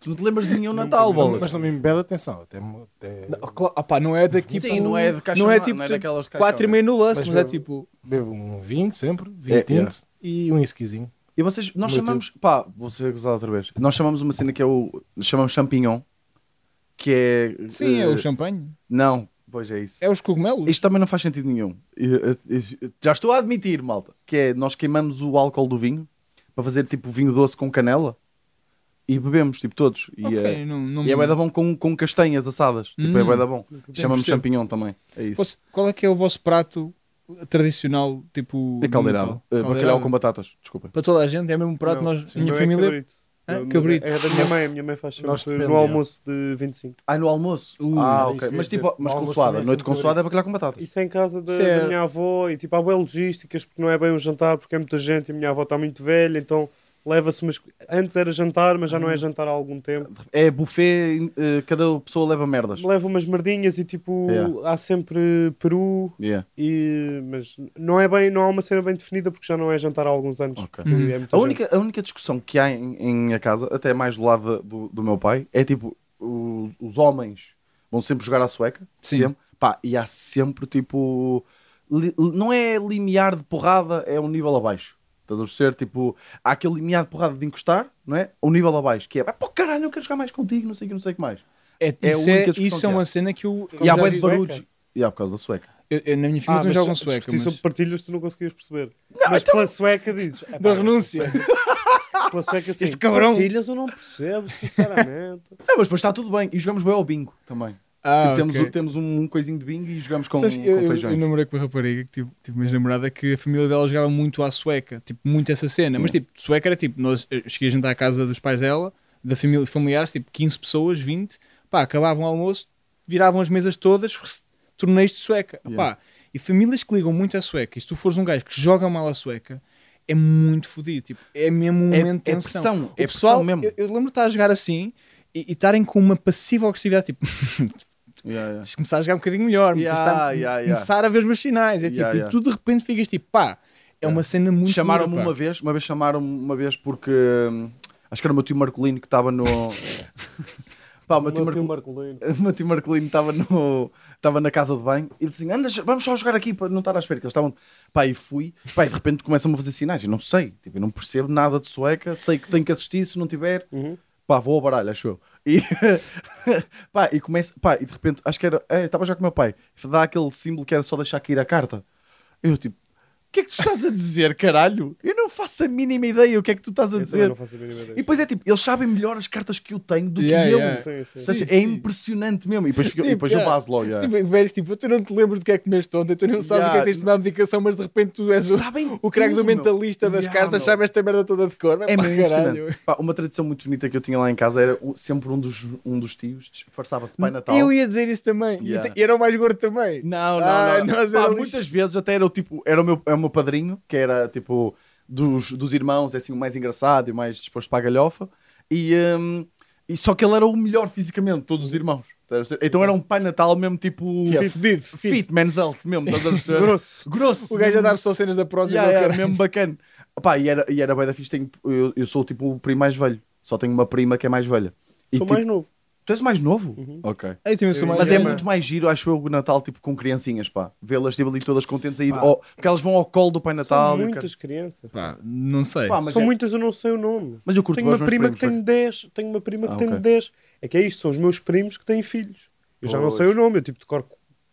C: tu não te lembras de nenhum Natal,
D: de bolas?
C: bolas.
D: Mas não me embeda atenção. Até, mo- até
A: Não, cla- ah pá, não é daqui
C: Sim,
A: para o-
C: não é de caixão,
A: Não é tipo
C: não é daquelas de caixão,
A: 4 e meio no lance,
D: Mas
A: mas, é
D: não-
A: tipo.
D: bebo um vinho sempre,
C: É,
D: vinho tinto
C: é.
D: e um esquisinho.
C: E vocês, nós
D: Meu
C: chamamos, pá, vou ser acusado outra vez. Nós chamamos uma cena que é o, chamamos champignon, que é...
A: Sim, é
C: eh,
A: o champanhe.
C: Não, pois é isso.
A: É os cogumelos.
C: Isto também não faz sentido nenhum. Eh, eh, eh, Já estou a admitir, malta, que é nós queimamos o álcool do vinho para fazer tipo vinho doce com canela e bebemos, tipo, todos. E,
A: Ok,
C: é,
A: não- não-
C: e é bué da bom com, com castanhas assadas. Tipo, é
A: Hum.
C: bué da bom. Chamamos
A: percebo.
C: champignon também. É isso.
A: Posso- Qual é que é o vosso prato tradicional, tipo.
C: É caldeirada.
A: no Natal?
C: Eh,
A: Caldeirada?
C: bacalhau com batatas, desculpa.
A: Para toda a gente, é o mesmo prato.
B: Não,
A: nós,
B: sim,
A: minha
B: não é
A: família.
B: cabrito.
A: Hã?
B: Não,
A: Cabrito.
B: É da minha mãe, a minha mãe faz
D: Nós
B: sempre no
D: depende,
B: almoço de 25.
C: Ah, no almoço?
A: Uh,
C: ah,
D: era isso
C: ok.
D: que eu
C: Mas
D: ia
C: tipo,
D: dizer.
C: mas
D: No almoço
C: consoada.
D: também é
C: Noite
D: sempre
C: consoada é
D: favorito.
C: bacalhau com batatas.
B: Isso é em casa da,
A: Isso é-
B: da minha avó e tipo, há bué logísticas porque não é bem um jantar porque é muita gente e a minha avó está muito velha, então leva-se umas. co- Antes era jantar, mas já não é jantar há algum tempo.
C: É buffet, eh, cada pessoa leva merdas.
B: Leva umas merdinhas e tipo,
C: Yeah.
B: há sempre peru
C: Yeah.
B: e. Mas não é bem, não há uma cena bem definida porque já não é jantar há alguns anos.
C: Ok.
B: porque
A: Hum.
B: é muita
C: A
B: gente.
C: única, a única discussão que há em, em minha casa, até mais do lado do, do meu pai, é tipo: o- os homens vão sempre jogar à sueca,
A: Sim.
C: sempre, pá, e há sempre tipo. li- não é limiar de porrada, é um nível abaixo. Estás a perceber? Tipo, há aquele limiar de porrada de encostar, não é? Um nível abaixo, que é, "Ah, pô caralho, eu quero jogar mais contigo, não sei o que, não sei o que mais.
A: É,
C: É a
A: isso,
C: única
A: é,
C: discussão
A: isso
C: que
A: é
C: há.
A: uma cena que eu. eu
C: E há
A: já
C: bué
A: vi-
C: de barulhos. E há por causa da sueca.
A: Eu- eu- na minha família também
B: Ah, mas
A: jogam
B: se-
A: sueca.
B: discutir sobre
A: Mas... então
B: partilhas tu não conseguias perceber. mas pela sueca dizes. "Epá,
A: Da renúncia.
B: Pela sueca sim.
A: Este cabrão.
B: Partilhas eu não percebo, sinceramente.
C: Não, mas depois está tudo bem. E jogamos bem ao bingo também.
A: Ah,
C: Tipo, temos,
A: ok.
C: temos um, um coisinho de bingo e jogamos com, um
A: Sabes,
C: com
A: eu, eu-
C: feijões.
A: eu namorei com uma rapariga que tive, tive uma namorada que a família dela jogava muito à sueca, tipo, muito essa cena. Mas tipo, sueca era tipo, nós eu cheguei a jantar à casa dos pais dela, da família, familiares, tipo 15 pessoas, 20, pá, acabavam o almoço, viravam as mesas todas, torneios de sueca,
C: Yeah.
A: pá. E famílias que ligam muito à sueca, e se tu fores um gajo que joga mal à sueca, é muito fodido, tipo, é mesmo um
C: É-
A: momento
C: é
A: de tensão.
C: pressão,
A: O
C: é
A: pessoal,
C: pressão mesmo.
A: Eu, eu lembro de estar a jogar assim e e estarem com uma passiva agressividade, tipo,
C: Yeah, yeah.
A: tens de começar a jogar um bocadinho melhor,
C: Yeah,
A: tens de estar-
C: yeah, yeah.
A: começar a ver os meus sinais. É tipo,
C: Yeah, yeah.
A: e tu de repente ficas tipo, pá, é uma cena muito.
C: Chamaram-me
A: dura, pá.
C: uma vez, uma vez chamaram-me uma vez porque hum, acho que era o meu tio Marcolino que estava no. Pá, o meu tio
B: Marco-
C: Marcolino.
B: Marcolino.
C: O meu tio Marcolino estava no- estava na casa de banho e ele disse: assim, Anda, vamos só jogar aqui para não estar à espera. Que eles estavam. Pá, e fui. Pá, e de repente começam-me a fazer sinais. Eu não sei, tipo, eu não percebo nada de sueca. Sei que tenho que assistir. Se não tiver,
B: Uhum.
C: pá, vou ao baralho, acho eu. E, pá, e começo, pá, e de repente, acho que era, é, estava já com o meu pai, dá aquele símbolo que era só deixar cair a carta. Eu, tipo, o que é que tu estás a dizer, caralho? Eu não faço a mínima ideia o que é que tu estás
B: Eu
C: a
B: também
C: dizer.
B: não faço a mínima ideia.
C: E depois é tipo, eles sabem melhor as cartas que eu tenho do
A: Yeah,
C: que eu.
A: yeah.
B: Sim, sim.
C: Ou seja,
A: Sim,
C: é
A: sim.
C: impressionante mesmo. E depois, fico- e
A: Tipo,
C: depois eu
A: yeah.
C: passo logo. yeah.
A: Tipo, velhos, tipo, tu não te lembras do que é que comeste ontem, tu não sabes
C: Yeah.
A: o que é que tens de tomar a medicação, mas de repente tu és o,
C: sabem
A: o craque do
C: tudo, meu.
A: mentalista das
C: Yeah,
A: cartas,
C: meu.
A: sabe esta merda toda de cor.
C: É
A: pá,
C: mesmo
A: caralho.
C: impressionante. Pá, uma tradição muito bonita que eu tinha lá em casa era o- sempre um dos, um dos tios disfarçava-se de Pai Natal.
A: Eu ia dizer isso também. E
C: Yeah.
A: te- E era o mais gordo também.
C: Não, não,
A: Ah,
C: não.
A: nós
C: Pá,
A: era lixo.
C: muitas vezes até era o tipo, era o meu, é o meu padrinho, que era tipo dos, dos irmãos, é assim, o mais engraçado e o mais disposto para a galhofa. E, hum, e só que ele era o melhor fisicamente, de todos os irmãos. Estás a perceber? Então era um pai natal mesmo tipo
A: Que é
C: fit,
A: fedido.
C: fit, man's health mesmo, estás a perceber?
B: Grosso.
C: Grosso.
A: O gajo a
C: mesmo.
A: dar só cenas da prosa
C: Yeah,
A: e
C: yeah,
A: do caralho.
C: mesmo bacana. Pá, e era, e era bem da fixe, tenho- eu, eu sou tipo o primo mais velho. Só tenho uma prima que é mais velha. E,
B: Sou
C: tipo,
B: mais Uhum. novo.
C: Tu és mais novo? Ok.
A: Aí também sou mais
C: Mas é
A: gordo.
C: muito mais giro, acho eu, o Natal, tipo, com criancinhas, pá. Vê-las tipo, ali todas contentes aí.
D: Pá.
C: ao- porque elas vão ao colo do Pai Natal.
B: São
C: e o
B: muitas crianças.
A: Pá, não sei.
C: cara- Pá,
B: São
C: mas, é-
B: muitas, eu não sei o nome.
C: mas eu curto
B: Tenho
C: bué
B: uma
C: os meus
B: prima que
C: primos,
B: tem 10. Tenho uma prima que
C: Ah,
B: tem
C: ok.
B: 10. É que é isto, são os meus primos que têm filhos. Eu já não
C: Pois. Então
B: sei o nome, eu tipo decoro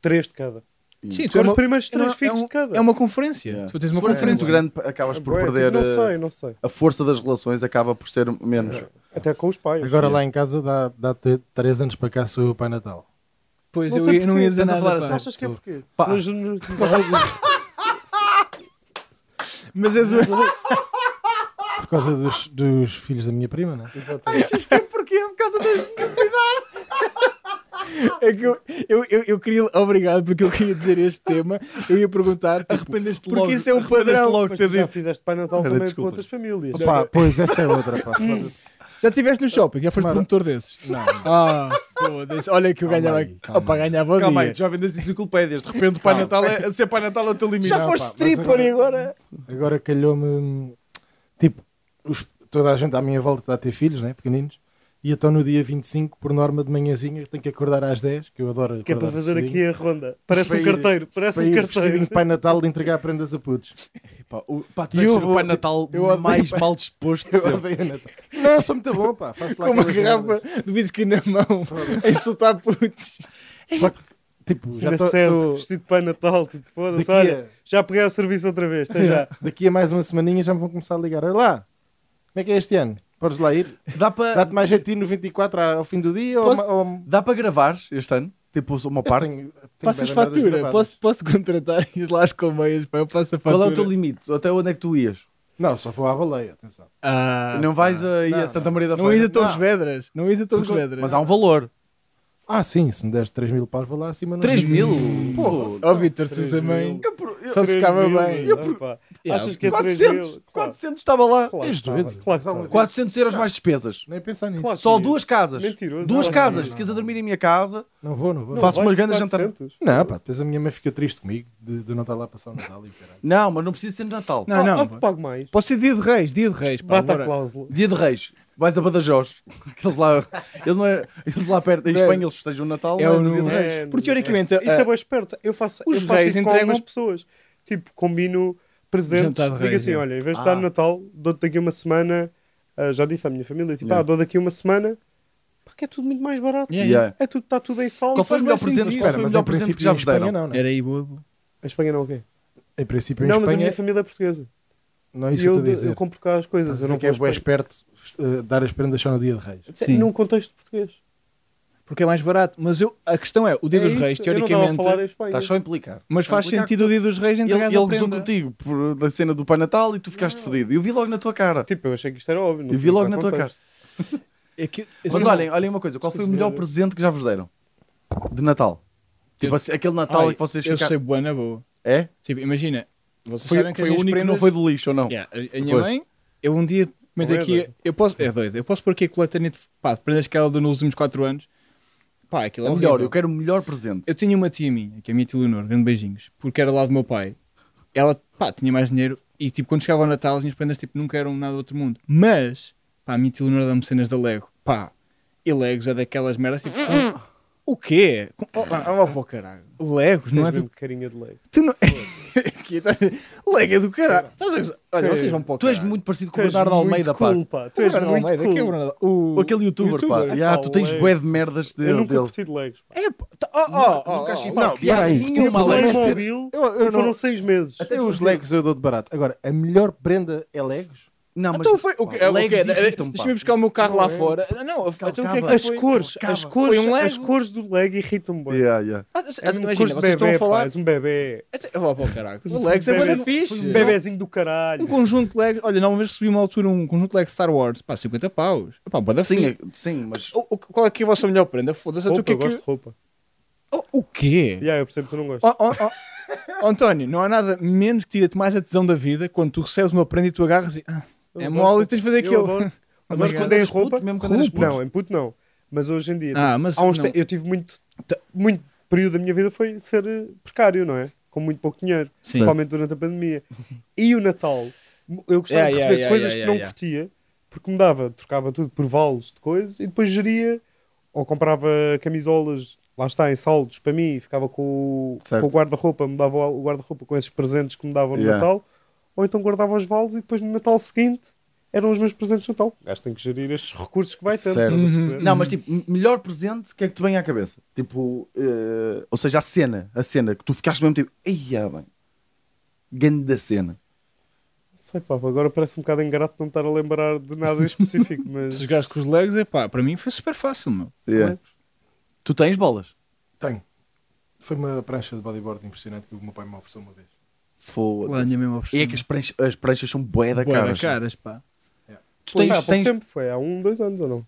B: 3 de cada.
A: Sim, tu
B: Decoro
A: és
B: os
A: uma-
B: primeiros
A: é uma-
B: 3 filhos
A: é um-
B: de cada.
A: É uma conferência.
C: Yeah.
A: Tu tens
C: Se
A: uma
C: for assim
A: conferência.
C: muito grande, acabas
B: É
C: por
B: bué, tipo,
C: perder
B: Não
C: eh,
B: sei, não sei.
C: a força das relações, acaba por ser menos.
B: Até com os pais.
D: Agora lá em casa dá, dá te- três anos para cá sou eu o Pai Natal.
A: Pois,
B: Não
A: eu,
B: sei
A: ia- não
B: porquê,
A: ia dizer
C: estás a
A: nada.
C: falar
A: pá.
C: a sério.
B: Achas que é porquê?
C: Pá.
B: Nos- nos-
A: Mas és o...
D: causa dos, dos filhos da minha prima, não é?
C: Isto é porque é por causa da generosidade.
A: É que eu, eu, eu, eu queria. Obrigado, porque eu queria dizer este tema. Eu ia perguntar. tipo,
C: Arrependeste
A: Porque
C: logo.
A: isso é um
C: arrependeste
A: padrão.
C: logo de
B: Mas
C: ter
B: tu já
C: dito.
B: fizeste Pai Natal
C: Olha,
B: também
C: desculpa.
B: com outras famílias.
D: Pá, pois essa é outra, pá, foda-se.
A: Já estiveste no shopping? Já foste
D: Mano.
A: promotor desses? Não. Ah, foda-se. Olha que eu
D: Calma
A: ganhava.
D: aí, calma
A: Opa,
D: aí.
A: ganhava o dia.
C: Calma aí, tu já vendes enciclopédias. De repente, o Pai Natal é, ser Pai Natal é o teu limite.
A: Já
D: Não,
A: foste
D: pá, mas
A: stripper e agora.
D: Agora calhou-me. hum, Tipo, os- toda a gente à minha volta está a ter filhos, né? Pequeninos. E então no dia 25, por norma de manhãzinha, eu tenho que acordar às 10, que eu adoro acordar.
B: Que é para fazer
D: cedinho,
B: aqui a ronda. Parece
D: Para
B: um
D: ir-
B: carteiro, parece
D: para
B: um
D: ir vestidinho
B: carteiro.
D: de Pai Natal de entregar prendas a putos.
C: Pá, o, pá, tu
D: E
C: vais
D: eu
C: ser o
D: vou-
C: Pai Natal
D: eu odeio
C: mais
D: Pai-
C: mal disposto de
D: Eu
C: sempre.
D: odeio Natal. Não, sou muito bom, pá. Faço lá
A: Com uma
D: aquelas merdas.
A: garrafa de whisky na mão. A insultar putos.
D: Só que, tipo, já
B: Na sede,
D: estou.
B: vestido de Pai Natal, tipo, foda-se,
D: Daqui a-
B: olha, já peguei ao serviço outra vez, até já.
D: Daqui a mais uma semaninha já me vão começar a ligar. Olha lá, como é que é este ano? Podes lá ir?
C: Dá para
D: Dá-te mais jeitinho no 24 ao fim do dia?
A: Posso-
D: Ou, ou...
C: dá para gravar este ano? Tipo, uma parte?
A: Passas fatura. Posso, posso contratar e ir lá às colmeias, pá. Eu passo a fatura.
C: Qual é o teu limite? Até onde é que tu ias?
D: Não, só vou à baleia, atenção.
A: Ah,
C: não vais aí a
D: não,
C: Santa Maria da
A: Não
C: Feira?
A: is a Torres Vedras. Não is a Torres
C: Tá Porque-
A: Vedras.
C: Mas há um valor.
D: Ah, sim, se me deres 3 mil paus, vou lá acima. não-
C: 3 mil?
D: Porra.
A: Ó, Vitor, tu
B: Três
A: também.
B: mil.
C: Eu por- eu-
A: Só
B: Três
A: ficava
B: mil,
A: bem.
B: não, pá.
A: Yeah,
B: Achas que é 3
C: 400?
B: mil? Claro,
C: 400 estava lá.
B: claro
D: És
B: que tá,
D: doido.
B: Claro que tá.
C: 400 euros mais despesas.
D: Nem pensar nisso.
B: Claro.
C: Só duas casas.
B: Mentiroso.
C: Duas
B: Não,
C: casas.
B: não, não.
C: Ficas a dormir em minha casa.
D: Não vou, não vou.
B: Não,
C: Faço
B: vais
C: umas grandes
B: 400.
D: Não, pá, depois a minha mãe fica triste comigo de, de não estar lá a passar o Natal e caralho.
C: Não, mas não precisa ser de Natal.
A: Não,
B: Ah,
A: não.
B: ah,
A: pá.
B: pago mais.
A: Pode ser dia de reis, dia de reis. Pá,
B: Bata a
A: agora.
B: cláusula.
C: Dia de Reis. Vais a Badajoz. Eles lá, eles não é- eles lá perto, em
A: Bem,
C: Espanha, eles festejam o Natal.
A: É
C: não
A: o
C: no dia
A: número.
C: de Reis.
B: É,
A: Porque teoricamente.
B: Isso
A: ah,
B: é bem esperto. Eu faço,
A: os
B: eu faço
A: reis
B: isso com
A: entregam-
B: algumas pessoas. Tipo, combino presentes.
A: Jantar de
B: Digo
A: reis,
B: assim,
A: é.
B: olha, em vez de
C: Ah.
B: estar no Natal, dou-te daqui uma semana. ah, já disse à minha família, tipo,
C: Yeah.
B: ah, dou daqui uma semana. Porque é tudo muito mais barato.
A: Yeah,
C: Yeah.
B: É tudo, está tudo em saldo.
C: Qual foi o
A: faz
C: melhor
A: mais
C: presente?
A: sentido.
C: Qual
A: Espera,
C: foi o
D: mas
C: melhor
D: em
C: presente que
D: princípio
C: já
D: em
C: vos
D: Espanha
C: deram?
D: não, né?
A: Era aí, bobo.
B: A Espanha não é o quê?
D: Em princípio em
B: Não, mas a
D: Espanha
B: minha família é portuguesa.
D: não é
B: E
D: isso que eu
B: eu,
D: estou a
B: eu,
D: dizer.
B: compro cá as coisas.
D: Estás a
B: Eu
D: dizer
B: não
D: que é
B: vou à
D: bué
B: Espanha.
D: esperto eh, dar as prendas só no dia de reis.
A: Sim.
B: Num contexto português.
A: Porque é mais barato. Mas eu, a questão é: o dia
B: É
A: dos
B: isso, Ah,
A: reis,
B: eu não estava
A: teoricamente.
B: a falar em Espanha.
C: Estás Tá só a implicar.
A: Mas faz
C: Estás a implicar
A: sentido o dia dos reis
C: que Ele,
A: entregar
C: ele
A: a
C: gozou
A: prenda.
C: contigo por, da cena do Pai Natal e tu ficaste fodido. Eu vi logo na tua cara.
B: Tipo, eu achei que isto era óbvio. não
C: Eu vi
B: tinha
C: logo
B: que
C: na tua
B: contar.
C: cara.
A: É que,
C: Mas olhem, olhem uma coisa. Qual foi o
B: Esqueci de
C: melhor
B: dizer.
C: presente que já vos deram? De Natal. Tipo assim, aquele Natal em que vocês
A: Eu sei,
C: ficaram...
A: boa na boa.
C: É?
A: Tipo, imagina. Vocês
C: Foi,
A: sabem que
C: foi
A: as
C: o
A: minhas
C: único que não
A: prendas-
C: foi do lixo, ou não?
A: Yeah, a, a minha
C: Pois.
A: mãe, eu um dia meto
B: Não é
A: aqui.
B: doido.
A: eu posso, é doido. Eu posso pôr aqui a coletânea de, pá, de prendas que ela deu nos últimos 4 anos. Pá, aquilo
C: É
A: é
C: melhor,
A: horrível.
C: eu quero o melhor presente.
A: Eu tinha uma tia minha, que é a minha tia Leonor, grande beijinhos, porque era lá do meu pai. Ela, pá, tinha mais dinheiro e, tipo, quando chegava ao Natal, as minhas prendas, tipo, nunca eram nada do outro mundo. Mas, pá, a minha tia Leonor dá-me cenas da Lego. Pá, e Legos é daquelas merdas, tipo, o quê? Com- Oh,
C: É
A: oh, oh, pô, caralho. Legos, não é
B: Tens
A: do...
B: mesmo um carinha de lei.
A: Tu não... Aqui, estás- Lego é do caralho. Estás a gozar? Olha,
B: Que-
A: vocês vão para o
C: Tu és
A: caralho.
C: muito parecido com
B: Tu
C: o
B: és
C: Bernardo
B: muito
C: Almeida, pá.
B: cool, pá. Tu
A: O
B: és
A: Bernardo
B: muito
A: Almeida, que é o
B: cool.
A: Bernardo- o-
C: Ou aquele youtuber,
A: Youtuber. Ah,
C: pá. Yeah,
B: Pá,
C: tu
B: o
C: tens
B: Lego.
C: bué de merdas de,
B: Eu nunca
C: dele.
B: curti de Legos. pá.
A: É, pá, tá- oh, oh, oh,
C: nunca
A: oh,
C: achei
A: oh.
C: pá,
D: não,
C: piada
D: peraí,
C: nenhuma,
D: tu
B: Lego
C: Lego.
B: Mobile
D: Eu, eu
B: e foram seis meses.
D: Até os Legos eu dou de barato. Agora, a melhor prenda é Legos.
C: Não, mas
A: Então foi. O que, é, o
C: Legos
A: que é?
C: irritam-me, pá.
A: Deixa-me buscar o meu carro lá fora. Não, então o que é
C: calma.
A: que
B: As
A: foi?
B: cores, as cores,
A: Foi um Lego.
B: as cores do Lego irritam-me bem.
C: Yeah, yeah.
A: Ah, se-
B: É um
A: imagina,
B: cores de
A: vocês
B: bebê,
A: estão a falar.
B: pá, és um bebê.
A: Até- Oh, pô, caraca. O Legs é
B: Bebê.
A: bem fixe.
B: Um bebezinho do caralho.
A: Um conjunto de Legos. Olha, não, uma vez recebi uma altura um conjunto de Legos Star Wars. Pá, 50 paus. Pá, bada
C: Sim,
A: sim.
C: é- sim, mas
A: Qual é que é a vossa melhor prenda? Foda-se, tu o
B: Roupa,
A: que
B: eu
A: é
B: gosto
A: que.
B: de roupa.
A: Oh, O quê?
B: Yeah, eu percebo que tu não gostas.
A: Oh, oh, oh. António, não há nada menos que tira-te mais a tesão da vida quando tu recebes uma prenda e tu agarras e. Ah,
B: Eu
A: é
B: adoro-
A: mole e tens de fazer
B: eu
A: aquilo.
B: adoro-
A: Oh my God.
B: Mas quando és
C: Quando eras
B: roupa,
C: puto, mesmo quando eras puto.
B: não, em puto não. Mas hoje em dia,
A: Ah, mas.
B: há uns
A: não.
B: te- eu tive muito, muito período da minha vida foi ser eh, precário, não é? Com muito pouco dinheiro,
A: Sim.
B: principalmente durante a pandemia. E o Natal, eu
A: Yeah,
B: gostava de
A: yeah,
B: receber
A: yeah,
B: coisas
A: yeah,
B: que não
A: yeah.
B: curtia, porque me dava, trocava tudo por valos de coisas e depois geria ou comprava camisolas, lá está, em saldos para mim, e ficava com o,
C: Certo.
B: com o guarda-roupa, me dava o guarda-roupa com esses presentes que me davam no
C: Yeah.
B: Natal, ou então guardava os valos e depois no Natal seguinte eram os meus presentes de Natal. O gajo tem que gerir estes recursos que vai ter.
C: Certo.
A: Uhum.
C: Não, mas tipo, m- melhor presente, o que é que te vem à cabeça? Tipo, eh, ou seja, a cena, a cena que tu ficaste mesmo tipo, ei, ah, bem, grande da cena.
B: Sei pá, agora parece um bocado ingrato não estar a lembrar de nada em específico, mas.
A: Se jogares com os Legos, é pá, para mim foi super fácil, meu.
C: Yeah. É. Tu tens bolas?
D: Tenho. Foi uma prancha de bodyboard impressionante que o meu pai me ofereceu uma vez.
A: Lá a
C: Foda-se.
A: minha mesma
C: É que as pranchas, as pranchas são bué da
A: é Bué da
C: caras.
A: caras, pá.
C: Tu
B: Foi
C: tens,
B: há pouco
C: tens-
B: tempo, foi há um, dois anos ou não?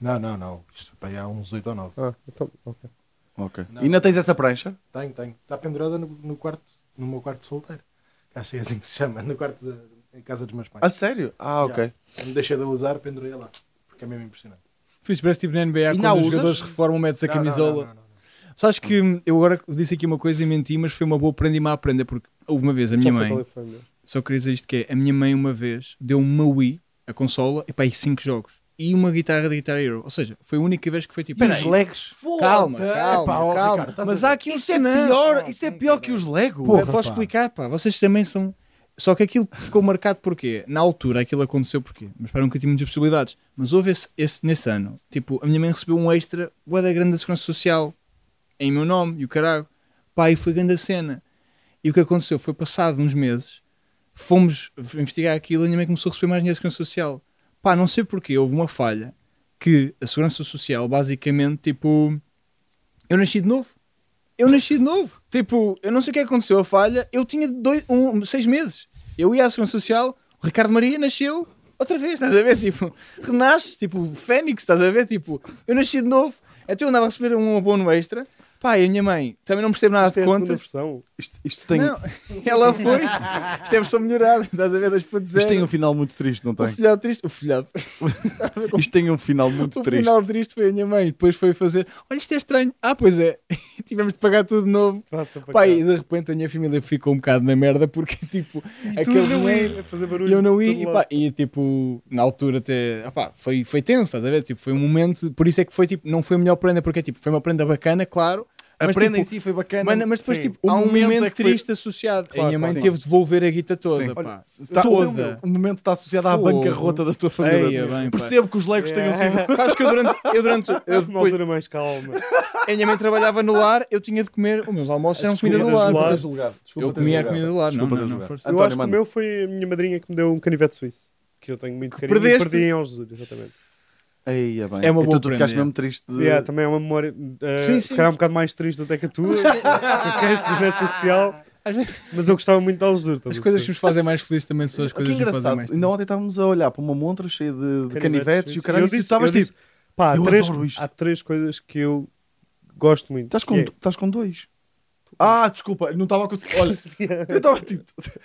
D: Não, não, não. Isto foi há uns 8 ou 9.
B: Ah, então, ok.
C: Ok. E ainda tens essa prancha?
D: Tenho, tenho. Está pendurada no, no quarto, no meu quarto de solteiro. Acho que é assim que se chama, no quarto da em casa dos meus pais.
C: A sério? Ah, ok.
D: Eu me deixei de a usar, pendurei lá. Porque é mesmo impressionante.
A: Fiz parece tipo na NBA,
C: E não
A: quando os
C: usas?
A: jogadores reformam, metes a
D: Não, não,
A: camisola.
D: não, não, não, não.
A: Sabes que hum, eu agora disse aqui uma coisa e menti, mas foi uma boa prenda e má prenda, porque houve uma vez a minha
B: Já sei
A: mãe,
B: qual é que foi, meu.
A: só queria dizer isto que é, a minha mãe uma vez deu-me uma Wii, a consola, e pá, e 5 jogos. E uma guitarra de Guitar Hero. Ou seja, foi a única vez que foi tipo.
D: E
A: "Peraí,
D: os legos?
A: Calma,
C: Foda-se.
A: calma,
D: Epá, ó,
A: calma.
D: Ricardo, estás
A: mas
D: a-
A: há aqui um
C: Isso é
A: senão.
C: pior, isso é pior que os Lego.
D: Porra,
A: é para
D: pá.
A: explicar, pá. Vocês também são. Só que aquilo ficou marcado porquê? Na altura aquilo aconteceu porquê? Mas para nunca tive muitas possibilidades. Mas houve esse, esse nesse ano. Tipo, a minha mãe recebeu um extra, bué da grande da segurança social, em meu nome e o caralho. Pá, e foi grande a cena. E o que aconteceu foi passado uns meses, fomos investigar aquilo e a minha mãe começou a receber mais dinheiro da segurança social. Pá, não sei porquê, houve uma falha que a segurança social basicamente, tipo, eu nasci de novo eu nasci de novo. Tipo, eu não sei o que é que aconteceu, a falha. Eu tinha dois, um, seis meses. Eu ia à Segurança Social, o Ricardo Maria nasceu outra vez, estás a ver? Tipo, renasce, tipo, Fênix, estás a ver? Tipo, eu nasci de novo. Então eu andava a receber um abono extra. Pá, e a minha mãe também não percebe nada
B: Isto é
A: de
B: a segunda
A: contas.
B: versão.
C: Isto, isto tem,
A: Não, ela foi. Isto é a versão melhorada, estás a ver? 2.0.
C: isto tem um final muito triste, não
A: O
C: tem?
A: filhado triste. O filhado.
C: Isto tem um final muito
A: O
C: triste.
A: final triste foi a minha mãe. Depois foi fazer. Olha, isto é estranho. Ah, pois é. Tivemos de pagar tudo de novo.
B: Passa para
A: Pá,
B: cá.
A: e de repente a minha família ficou um bocado na merda porque, tipo,
C: é
A: aquele
C: um
A: dinheiro.
B: a fazer barulho.
A: Eu não
B: por todo
A: ia e, pá,
B: lado.
A: e, tipo, na altura até. ah, pá, foi, foi tenso, estás a ver? Tipo, foi um momento. Por isso é que foi tipo, não foi a melhor prenda, porque tipo, foi uma prenda bacana, claro.
C: A
A: Mas,
C: prenda em
A: tipo,
C: si foi bacana.
A: Mas, mas depois,
B: sim.
A: tipo,
C: O
A: há um
C: momento
A: momento,
C: é que foi-
A: triste associado.
C: Claro,
A: a minha mãe
C: sim.
A: teve de devolver a guita toda,
C: Sim.
A: pá.
C: Está-
A: toda.
C: O um momento está associado à
A: Fogo.
C: bancarrota da tua família.
A: Eia, bem, pá.
C: Percebo que os legos tenham sido.
A: Sabes que eu durante. Eu durante eu
B: É Uma
A: depois,
B: altura mais calma.
A: a minha mãe trabalhava no lar, eu tinha de comer. Os meus almoços eram comida do
B: comidas
A: lar.
B: do lar.
A: Eu comia a comida do lar, não,
C: Desculpa
A: não,
C: ter
A: não,
C: julgado.
A: força.
B: Eu
C: António,
B: acho que o
C: manda.
B: meu foi a minha madrinha que me deu um canivete suíço. Que eu tenho muito carinho.
A: perdeste?
B: E perdi em Jesus, exatamente.
C: Eia, bem.
A: É uma boa
C: então tu ficaste
A: prenda,
C: mesmo triste. De...
B: Yeah, também é uma memória. eh,
A: Sim,
B: Se
A: sim.
B: calhar um bocado mais triste até que a tua. Toquei segurança social.
A: Às vezes-
B: Mas eu gostava muito de Jesus.
A: As coisas que nos fazem mais felizes também são as
C: que é
A: coisas que nos fazem
C: engraçado.
A: mais
C: Ainda ontem estávamos a olhar para uma montra cheia de, de canivetes e o caralho.
B: Eu
C: e tu
B: disse-
C: estavas
B: eu disse,
C: tipo.
B: Pá, há
C: "Eu
B: três,
C: adoro isto."
B: há três coisas que eu gosto muito.
C: Estás
B: que
C: com,
B: é-
C: estás com dois. Ah, desculpa, não estava a conseguir. Olha, eu estava tipo. Estou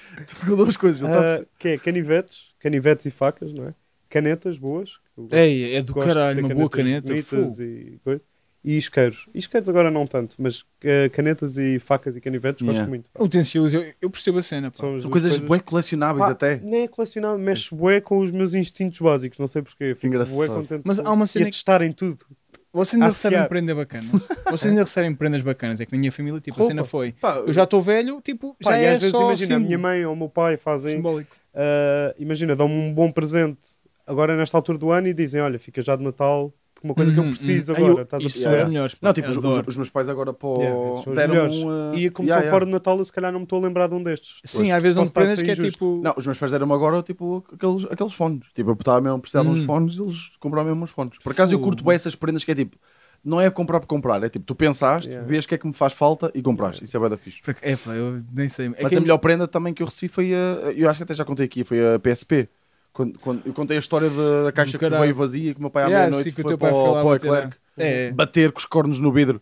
C: com duas coisas. tá eu estava a
B: Ah,
C: dizer-
B: que é canivetes, canivetes e facas, não é? Canetas boas. que eu gosto-
A: Ei, é do
B: gosto de
A: caralho,
B: ter
A: uma boa
B: canetas
A: caneta.
B: bonitas
A: fogo.
B: E, coisa. e isqueiros. Isqueiros agora não tanto, mas eh, canetas e facas e canivetes
C: Yeah.
B: gosto muito.
A: Oh,
B: pá.
A: Utensílios, eu, eu percebo a cena, pá.
B: São as
C: São
B: duas
C: coisas bué colecionáveis
B: Pá,
C: até.
B: Nem é colecionado, mexe bué com os meus instintos básicos, não sei porquê. Fico
C: Engraçado.
B: bué contente
A: Mas
B: com-
A: há uma
B: e a
A: cena que-
B: testar em tudo.
A: Vocês ainda
B: a
A: recebem
B: fiar.
A: prenda bacana. Vocês ainda recebem prendas bacanas. É que na minha família, tipo, a
B: Roupa.
A: cena foi.
C: Pá,
A: Eu já estou velho, tipo, já
B: Pá, e
A: é
B: às vezes
A: só
B: imagina, a
A: símbolo.
B: minha mãe ou o meu pai fazem
A: simbólico.
B: Uh, imagina, dão-me um bom presente agora nesta altura do ano e dizem: Olha, fica já de Natal, porque uma coisa que eu
A: Hum,
B: preciso
A: hum. Ai,
B: agora,
A: eu-
B: estás a
A: isso
B: perceber?
A: são os
C: Yeah.
A: melhores. pá.
C: Não, tipo, os,
A: Adoro.
C: os meus pais agora para
B: Yeah, esses
C: o
B: são os
C: deram
B: melhores.
C: um. eh,
B: E como
C: yeah,
B: só
C: yeah.
B: fora de Natal, eu se calhar não me estou a lembrar de um destes.
A: Sim, às vezes
B: Posso
A: dão
B: estar a
A: prendas
B: ser
A: que é
B: injusto.
A: tipo.
C: Não, os meus pais deram-me agora tipo aqueles, aqueles fones. Tipo, eu estava mesmo, precisava de
A: Hum.
C: uns fones, eles compraram mesmo uns fones. Por acaso eu curto bem essas prendas que é tipo, não é comprar por comprar, é tipo, tu pensaste,
B: Yeah.
C: vês o que é que me faz falta e compraste. Isso é bem da fixe.
A: Porque- É, pá, eu nem sei. É
C: Mas
A: que-
C: a melhor prenda também que eu recebi foi a. Eu acho que até já contei aqui, foi a PSP. Quando, quando- eu contei a história da da caixa
A: Do
C: que
A: caralho.
C: veio vazia, que o meu pai à
A: Yeah,
C: meia-noite
A: sim, que o
C: foi
A: teu
C: para,
A: pai foi lá
C: o- para o
A: bater,
C: Eclerc
A: É.
C: bater com os cornos no vidro